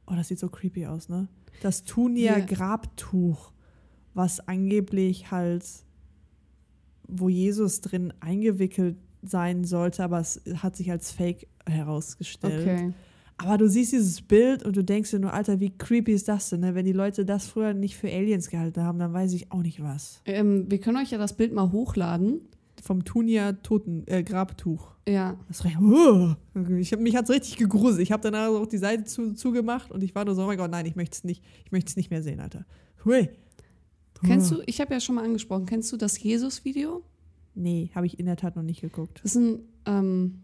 A: Oh, das sieht so creepy aus, ne? Das Tunia
B: Ja.
A: Grabtuch, was angeblich halt, wo Jesus drin eingewickelt sein sollte, aber es hat sich als Fake herausgestellt.
B: okay.
A: Aber du siehst dieses Bild und du denkst dir nur, Alter, wie creepy ist das denn? Ne? Wenn die Leute das früher nicht für Aliens gehalten haben, dann weiß ich auch nicht was.
B: Ähm, wir können euch ja das Bild mal hochladen.
A: Vom Tunia Toten äh, Grabtuch.
B: Ja,
A: Das war, uh, ich hab, mich hat's richtig gegruselt. Ich habe danach auch die Seite zu, zugemacht und ich war nur so, oh mein Gott, nein, ich möchte es nicht, ich möchte es nicht mehr sehen, Alter. Hui.
B: Kennst du, ich habe ja schon mal angesprochen, kennst du das Jesus-Video?
A: Nee, habe ich in der Tat noch nicht geguckt.
B: Das ist ein ähm,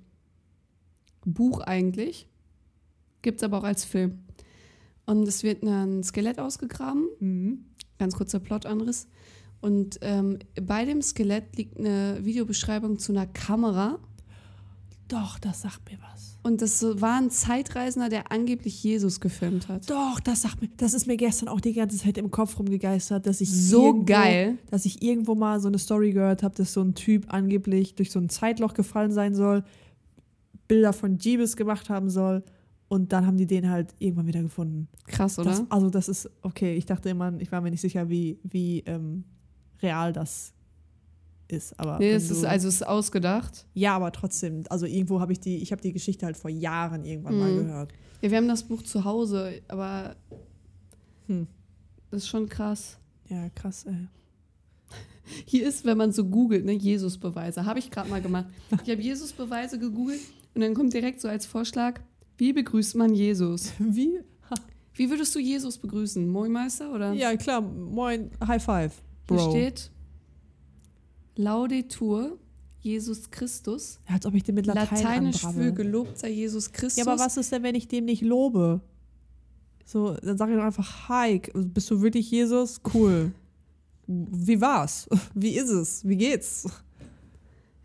B: Buch eigentlich, gibt es aber auch als Film. Und es wird ein Skelett ausgegraben,
A: Mhm.
B: ganz kurzer Plotanriss. Und ähm, bei dem Skelett liegt eine Videobeschreibung zu einer Kamera.
A: Doch, das sagt mir was.
B: Und das war ein Zeitreisender, der angeblich Jesus gefilmt hat.
A: Doch, das sagt mir, das ist mir gestern auch die ganze Zeit im Kopf rumgegeistert, dass ich
B: So
A: irgendwo-
B: geil.
A: dass ich irgendwo mal so eine Story gehört habe, dass so ein Typ angeblich durch so ein Zeitloch gefallen sein soll, Bilder von Jeebus gemacht haben soll und dann haben die den halt irgendwann wieder gefunden.
B: Krass, oder?
A: Das, also das ist okay. Ich dachte immer, ich war mir nicht sicher, wie, wie ähm, real das ist. Aber
B: Nee,
A: wenn
B: es ist,
A: du-
B: also es ist ausgedacht.
A: ja, aber trotzdem, also irgendwo habe ich die, ich habe die Geschichte halt vor Jahren irgendwann mal
B: Mhm.
A: gehört.
B: Ja, wir haben das Buch zu Hause, aber
A: Hm.
B: das ist schon krass.
A: Ja, krass, ey. <laughs>
B: Hier ist, wenn man so googelt, ne, Jesus-Beweise. Habe ich gerade mal gemacht. Ich habe Jesus-Beweise gegoogelt und dann kommt direkt so als Vorschlag, wie begrüßt man Jesus?
A: Wie?
B: Wie würdest du Jesus begrüßen? Moin Meister oder?
A: Ja, klar, moin, High Five.
B: Hier
A: Bro.
B: steht Laudetur Jesus Christus.
A: Ja, als ob ich den mit Latein
B: Lateinisch für
A: anbrabbel.
B: gelobt sei Jesus Christus.
A: Ja, aber was ist denn, wenn ich dem nicht lobe? So, dann sage ich doch einfach, hi, bist du wirklich Jesus? Cool. Wie war's? <laughs> Wie ist es? Wie geht's?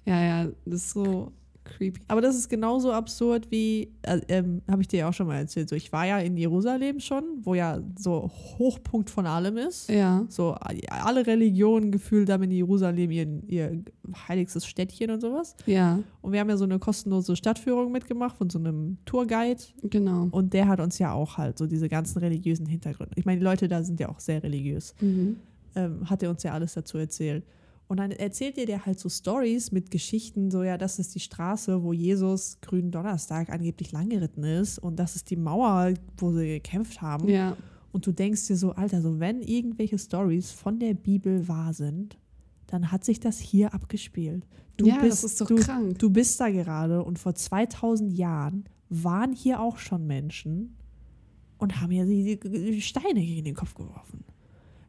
B: Ja, ja, das ist so
A: So.
B: creepy.
A: Aber das ist genauso absurd wie, äh, ähm, habe ich dir ja auch schon mal erzählt, so ich war ja in Jerusalem schon, wo ja so Hochpunkt von allem ist.
B: Ja.
A: So alle Religionen gefühlt haben in Jerusalem ihren, ihr heiligstes Städtchen und sowas.
B: Ja,
A: Und wir haben ja so eine kostenlose Stadtführung mitgemacht von so einem Tourguide.
B: genau.
A: Und der hat uns ja auch halt so diese ganzen religiösen Hintergründe. Ich meine, die Leute da sind ja auch sehr religiös.
B: Mhm.
A: Ähm, hat er uns ja alles dazu erzählt. Und dann erzählt dir der halt so Stories mit Geschichten, so ja, das ist die Straße, wo Jesus grünen Donnerstag angeblich langgeritten ist und das ist die Mauer, wo sie gekämpft haben.
B: Ja,
A: Und du denkst dir so, Alter, so wenn irgendwelche Stories von der Bibel wahr sind, dann hat sich das hier abgespielt. Du
B: ja
A: bist,
B: das ist doch
A: du,
B: krank.
A: Du bist da gerade und vor 2000 Jahren waren hier auch schon Menschen und haben ja die, die Steine gegen den Kopf geworfen.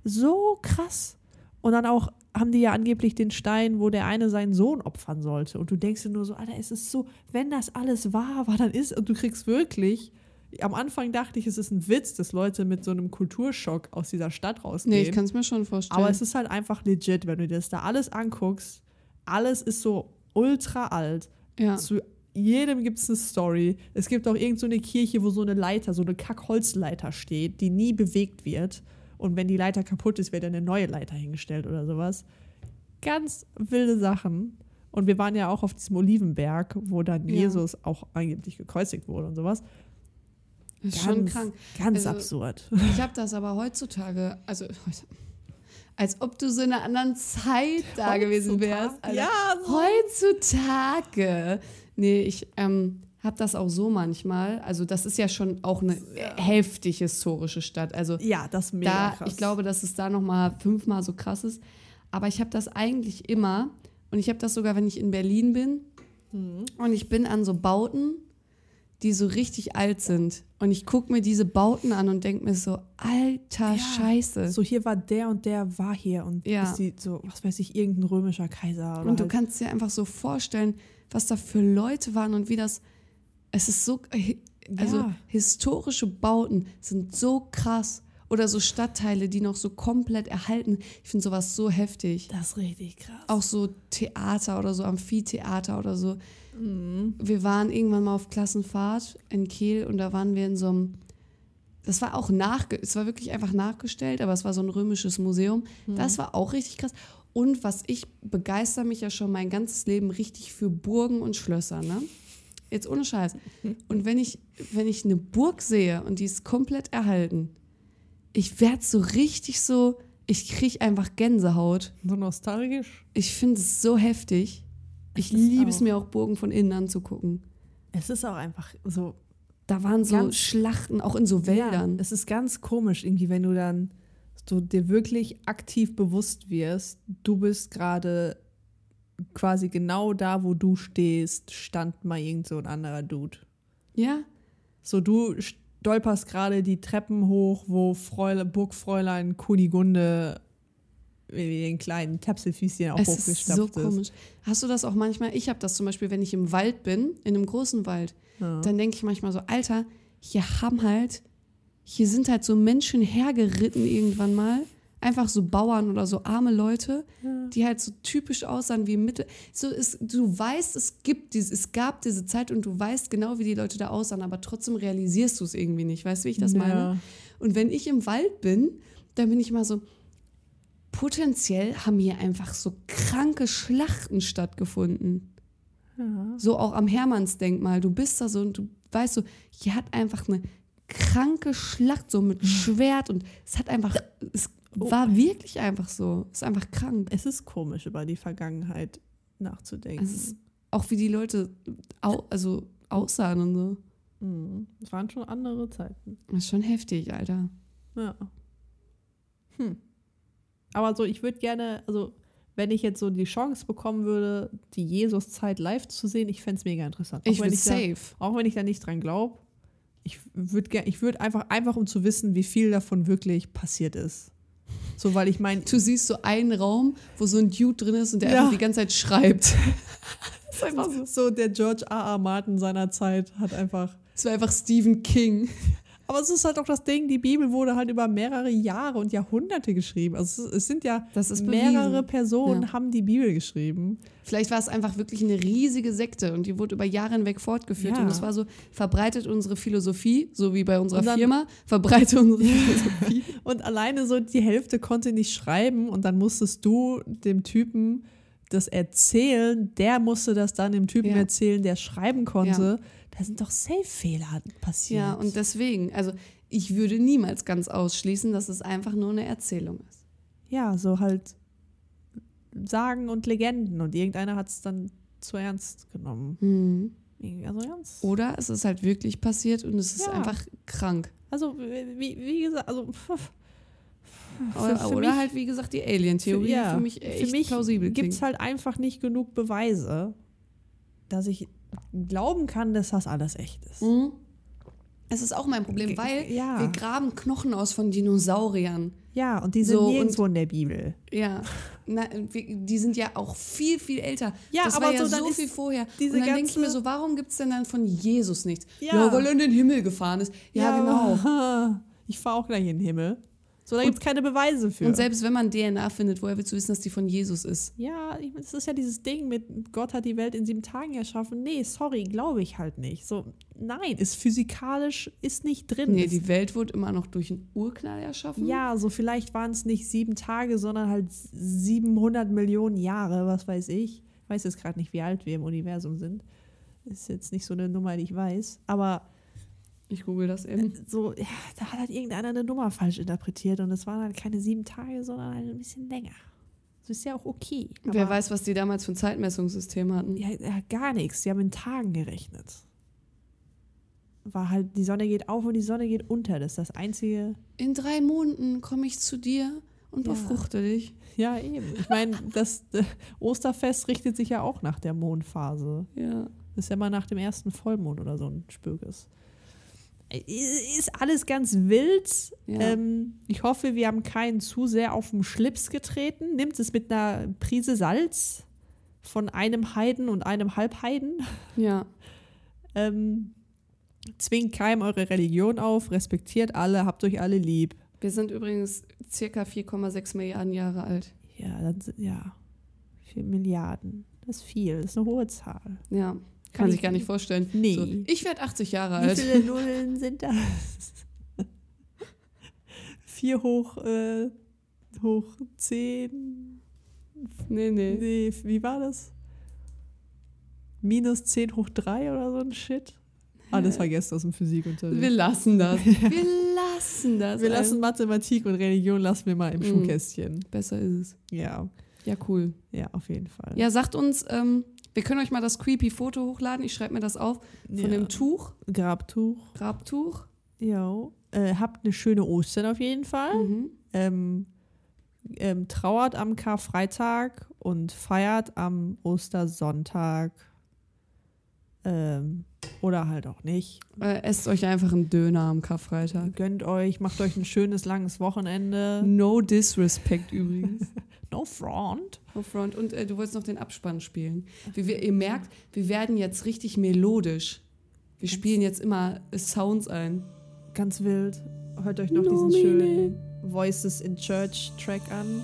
A: So krass. Und dann auch haben die ja angeblich den Stein, wo der eine seinen Sohn opfern sollte. Und du denkst dir nur so, Alter, es ist so, wenn das alles wahr war, dann ist, und du kriegst wirklich, am Anfang dachte ich, es ist ein Witz, dass Leute mit so einem Kulturschock aus dieser Stadt rausgehen.
B: nee, ich kann es mir schon vorstellen.
A: Aber es ist halt einfach legit, wenn du dir das da alles anguckst. Alles ist so ultra alt.
B: ja.
A: Zu jedem gibt es eine Story. Es gibt auch irgend so eine Kirche, wo so eine Leiter, so eine Kackholzleiter steht, die nie bewegt wird. Und wenn die Leiter kaputt ist, wird dann eine neue Leiter hingestellt oder sowas. Ganz wilde Sachen. Und wir waren ja auch auf diesem Olivenberg, wo dann
B: Ja.
A: Jesus auch angeblich gekreuzigt wurde und sowas.
B: Das ist schon krank.
A: Ganz
B: Also-
A: absurd. <laughs>
B: Ich habe das aber heutzutage, also <laughs> heute- als ob du so in einer anderen Zeit da gewesen wärst. Alter.
A: Ja, so.
B: Heutzutage. Nee, ich ähm, habe das auch so manchmal. Also das ist ja schon auch eine heftig historische Stadt. Also
A: ja, das ist mega
B: da,
A: krass.
B: ich glaube, dass es da noch mal fünfmal so krass ist. Aber ich habe das eigentlich immer und ich habe das sogar, wenn ich in Berlin bin
A: Mhm.
B: und ich bin an so Bauten, die so richtig alt sind und ich gucke mir diese Bauten an und denke mir so, alter Scheiße.
A: So hier war der und der war hier und
B: Ja.
A: ist die, so, was weiß ich, irgendein römischer Kaiser. Oder
B: und du
A: halt-
B: kannst dir einfach so vorstellen, was da für Leute waren und wie das. Es ist so. Also
A: Ja.
B: historische Bauten sind so krass. Oder so Stadtteile, die noch so komplett erhalten. Ich finde sowas so heftig.
A: das ist richtig krass.
B: Auch so Theater oder so Amphitheater oder so. Wir waren irgendwann mal auf Klassenfahrt in Kiel und da waren wir in so einem. Das war auch nachge es war wirklich einfach nachgestellt, aber es war so ein römisches Museum. Das war auch richtig krass. Und was ich begeister mich ja schon mein ganzes Leben richtig für Burgen und Schlösser, ne? Jetzt ohne Scheiß. Und wenn ich, wenn ich eine Burg sehe und die ist komplett erhalten, ich werde so richtig so, ich kriege einfach Gänsehaut.
A: so nostalgisch.
B: Ich finde es so heftig. Ich
A: Das
B: liebe
A: auch.
B: es mir auch, Burgen von innen anzugucken.
A: Es ist auch einfach so.
B: Da waren so
A: Ganz-
B: Schlachten, auch in so
A: Ja,
B: Wäldern.
A: es ist ganz komisch, irgendwie, wenn du dann so dir wirklich aktiv bewusst wirst, du bist gerade quasi genau da, wo du stehst, stand mal irgend so ein anderer Dude.
B: Ja,
A: So, du stolperst gerade die Treppen hoch, wo Fräule, Burgfräulein Kunigunde mit den kleinen Tapselfüßchen auch
B: es ist so
A: hochgestapft ist.
B: komisch. Hast du das auch manchmal? Ich habe das zum Beispiel, wenn ich im Wald bin, in einem großen Wald,
A: Ja.
B: dann denke ich manchmal so, Alter, hier haben halt, hier sind halt so Menschen hergeritten irgendwann mal. Einfach so Bauern oder so arme Leute, die halt so typisch aussahen wie im Mittel. So es, du weißt, es gibt diese, es gab diese Zeit und du weißt genau, wie die Leute da aussahen, aber trotzdem realisierst du es irgendwie nicht. Weißt du, wie ich das
A: Ja.
B: meine? Und wenn ich im Wald bin, dann bin ich immer so, potenziell haben hier einfach so kranke Schlachten stattgefunden. So auch am Hermannsdenkmal. Du bist da so und du weißt so, hier hat einfach eine kranke Schlacht so mit Schwert und es hat einfach, es
A: Hm. Oh.
B: War wirklich einfach so. Ist einfach krank.
A: Es ist komisch, über die Vergangenheit nachzudenken.
B: Es ist auch wie die Leute au also aussahen und so.
A: Mhm. Es waren schon andere Zeiten.
B: Das ist schon heftig, Alter.
A: Ja. Hm. Aber so, ich würde gerne, also wenn ich jetzt so die Chance bekommen würde, die Jesus-Zeit live zu sehen, ich fände es mega interessant. Auch
B: Ich
A: wenn
B: bin
A: da,
B: safe.
A: Auch wenn ich da nicht dran glaube. Ich würde ich würd einfach, einfach um zu wissen, wie viel davon wirklich passiert ist. So, weil ich
B: <laughs>
A: meine, <laughs>
B: Du siehst so einen Raum, wo so ein Dude drin ist und der
A: Ja.
B: einfach die ganze Zeit schreibt. das ist einfach so.
A: so. der George R. R. Martin seiner Zeit hat einfach.
B: Es war einfach Stephen King.
A: Aber es ist halt auch das Ding, die Bibel wurde halt über mehrere Jahre und Jahrhunderte geschrieben. Also es, es sind ja
B: Das ist
A: mehrere
B: bewiesen.
A: Personen
B: Ja.
A: haben die Bibel geschrieben.
B: Vielleicht war es einfach wirklich eine riesige Sekte und die wurde über Jahre hinweg fortgeführt.
A: Ja.
B: Und es war so, verbreitet unsere Philosophie, so wie bei unserer
A: Und dann-
B: Firma, verbreitet unsere <laughs> Philosophie.
A: Und alleine so die Hälfte konnte nicht schreiben und dann musstest du dem Typen das erzählen. Der musste das dann dem Typen
B: Ja.
A: erzählen, der schreiben konnte. Da sind doch Safe-Fehler passiert.
B: Ja, und deswegen, also ich würde niemals ganz ausschließen, dass es einfach nur eine Erzählung ist.
A: ja, so halt Sagen und Legenden. Und irgendeiner hat es dann zu ernst genommen.
B: Hm.
A: Irgendwie, Also ganz.
B: Oder es ist halt wirklich passiert und es ist
A: Ja.
B: einfach krank.
A: Also, wie, wie gesagt, also. <laughs>
B: Oder,
A: für mich-
B: oder halt, wie gesagt, die Alien-Theorie, die für mich echt plausibel
A: Gibt es
B: klingt.
A: halt einfach nicht genug Beweise, dass ich glauben kann, dass das alles echt ist.
B: Mhm. Es ist auch mein Problem,
A: Ge-
B: weil
A: ja.
B: wir graben Knochen aus von Dinosauriern.
A: Ja, und die sind
B: So, und-
A: nirgendwo in der Bibel.
B: Ja, Na, wir- die sind ja auch viel, viel älter.
A: Ja,
B: das
A: aber
B: war ja
A: so, dann
B: so
A: ist
B: viel vorher.
A: diese
B: und dann denke ich
A: ganze-
B: mir so, warum gibt es denn dann von Jesus nichts? Ja.
A: Ja.
B: weil er in den Himmel gefahren ist. Ja, genau.
A: genau. <laughs> Ich fahre auch gleich in den Himmel. So, da
B: Und-
A: gibt es keine Beweise für.
B: Und selbst wenn man DNA findet, woher willst du wissen, dass die von Jesus ist?
A: ja, ich meine, es ist ja dieses Ding mit Gott hat die Welt in sieben Tagen erschaffen. Nee, sorry, glaube ich halt nicht. So, nein, ist physikalisch, ist nicht drin.
B: Nee,
A: ist
B: die Welt wurde immer noch durch einen Urknall erschaffen.
A: Ja, so vielleicht waren es nicht sieben Tage, sondern halt 700 Millionen Jahre, was weiß ich. Ich weiß jetzt gerade nicht, wie alt wir im Universum sind. Ist jetzt nicht so eine Nummer, die ich weiß. Aber äh,
B: Ich google das eben.
A: so, ja, da hat halt irgendeiner eine Nummer falsch interpretiert und es waren halt keine sieben Tage, sondern halt ein bisschen länger. Das ist ja auch okay.
B: Wer
A: Aber-
B: weiß, was die damals für ein Zeitmessungssystem hatten.
A: Ja, ja, gar nichts. Die haben in Tagen gerechnet. War halt, die Sonne geht auf und die Sonne geht unter. Das ist das Einzige.
B: In drei Monaten komme ich zu dir und
A: Ja.
B: befruchte dich.
A: Ja, eben. Ich meine, das äh, Osterfest richtet sich ja auch nach der Mondphase.
B: Ja.
A: Das ist ja mal nach dem ersten Vollmond oder so ein Spökes. Äh, Ist alles ganz wild.
B: Ja.
A: Ähm, ich hoffe, wir haben keinen zu sehr auf den Schlips getreten. Nimmt es mit einer Prise Salz von einem Heiden und einem Halbheiden.
B: ja.
A: Ähm, zwingt keinem eure Religion auf, respektiert alle, habt euch alle lieb.
B: Wir sind übrigens circa 4,6 Milliarden Jahre alt.
A: Ja, dann sind, ja, vier Milliarden. Das ist viel, das ist eine hohe Zahl.
B: Ja. Kann,
A: Kann
B: sich
A: ich-
B: gar nicht vorstellen.
A: Nee.
B: So, ich werde 80 Jahre
A: Wie
B: alt.
A: viele Nullen sind das? <laughs> Vier hoch, äh, hoch zehn.
B: Nee, nee.
A: Nee, wie war das? Minus zehn hoch drei oder so ein Shit. Alles vergessen aus dem
B: Wir
A: Physikunterricht. <laughs>
B: lassen das. Wir lassen das.
A: Wir lassen Mathematik und Religion lassen wir mal im
B: Mhm.
A: Schuhkästchen.
B: Besser ist es.
A: Ja,
B: Ja, cool.
A: ja, auf jeden Fall.
B: Ja, sagt uns, ähm, wir können euch mal das creepy Foto hochladen. Ich schreibe mir das auf. Von
A: Ja.
B: dem Tuch,
A: Grabtuch.
B: Grabtuch.
A: Ja. Äh, habt eine schöne Ostern auf jeden Fall.
B: Mhm.
A: ähm, ähm, trauert am Karfreitag und feiert am Ostersonntag. Ähm, oder halt auch nicht.
B: Äh, esst euch einfach einen Döner am Karfreitag.
A: Gönnt euch, macht euch ein schönes, langes Wochenende.
B: No disrespect übrigens.
A: No front.
B: Oh, Front. Und äh, du wolltest noch den Abspann spielen. Wie wir, ihr merkt, wir werden jetzt richtig melodisch. Wir spielen jetzt immer äh, Sounds ein.
A: Ganz wild. Hört euch noch diesen schönen Voices in Church Track an.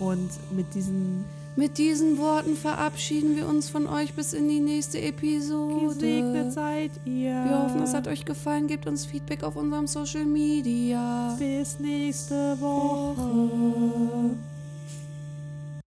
A: Und mit diesen
B: Mit diesen Worten verabschieden wir uns von euch bis in die nächste Episode.
A: gesegnet seid ihr.
B: Wir hoffen, es hat euch gefallen. Gebt uns Feedback auf unserem Social Media.
A: bis nächste Woche.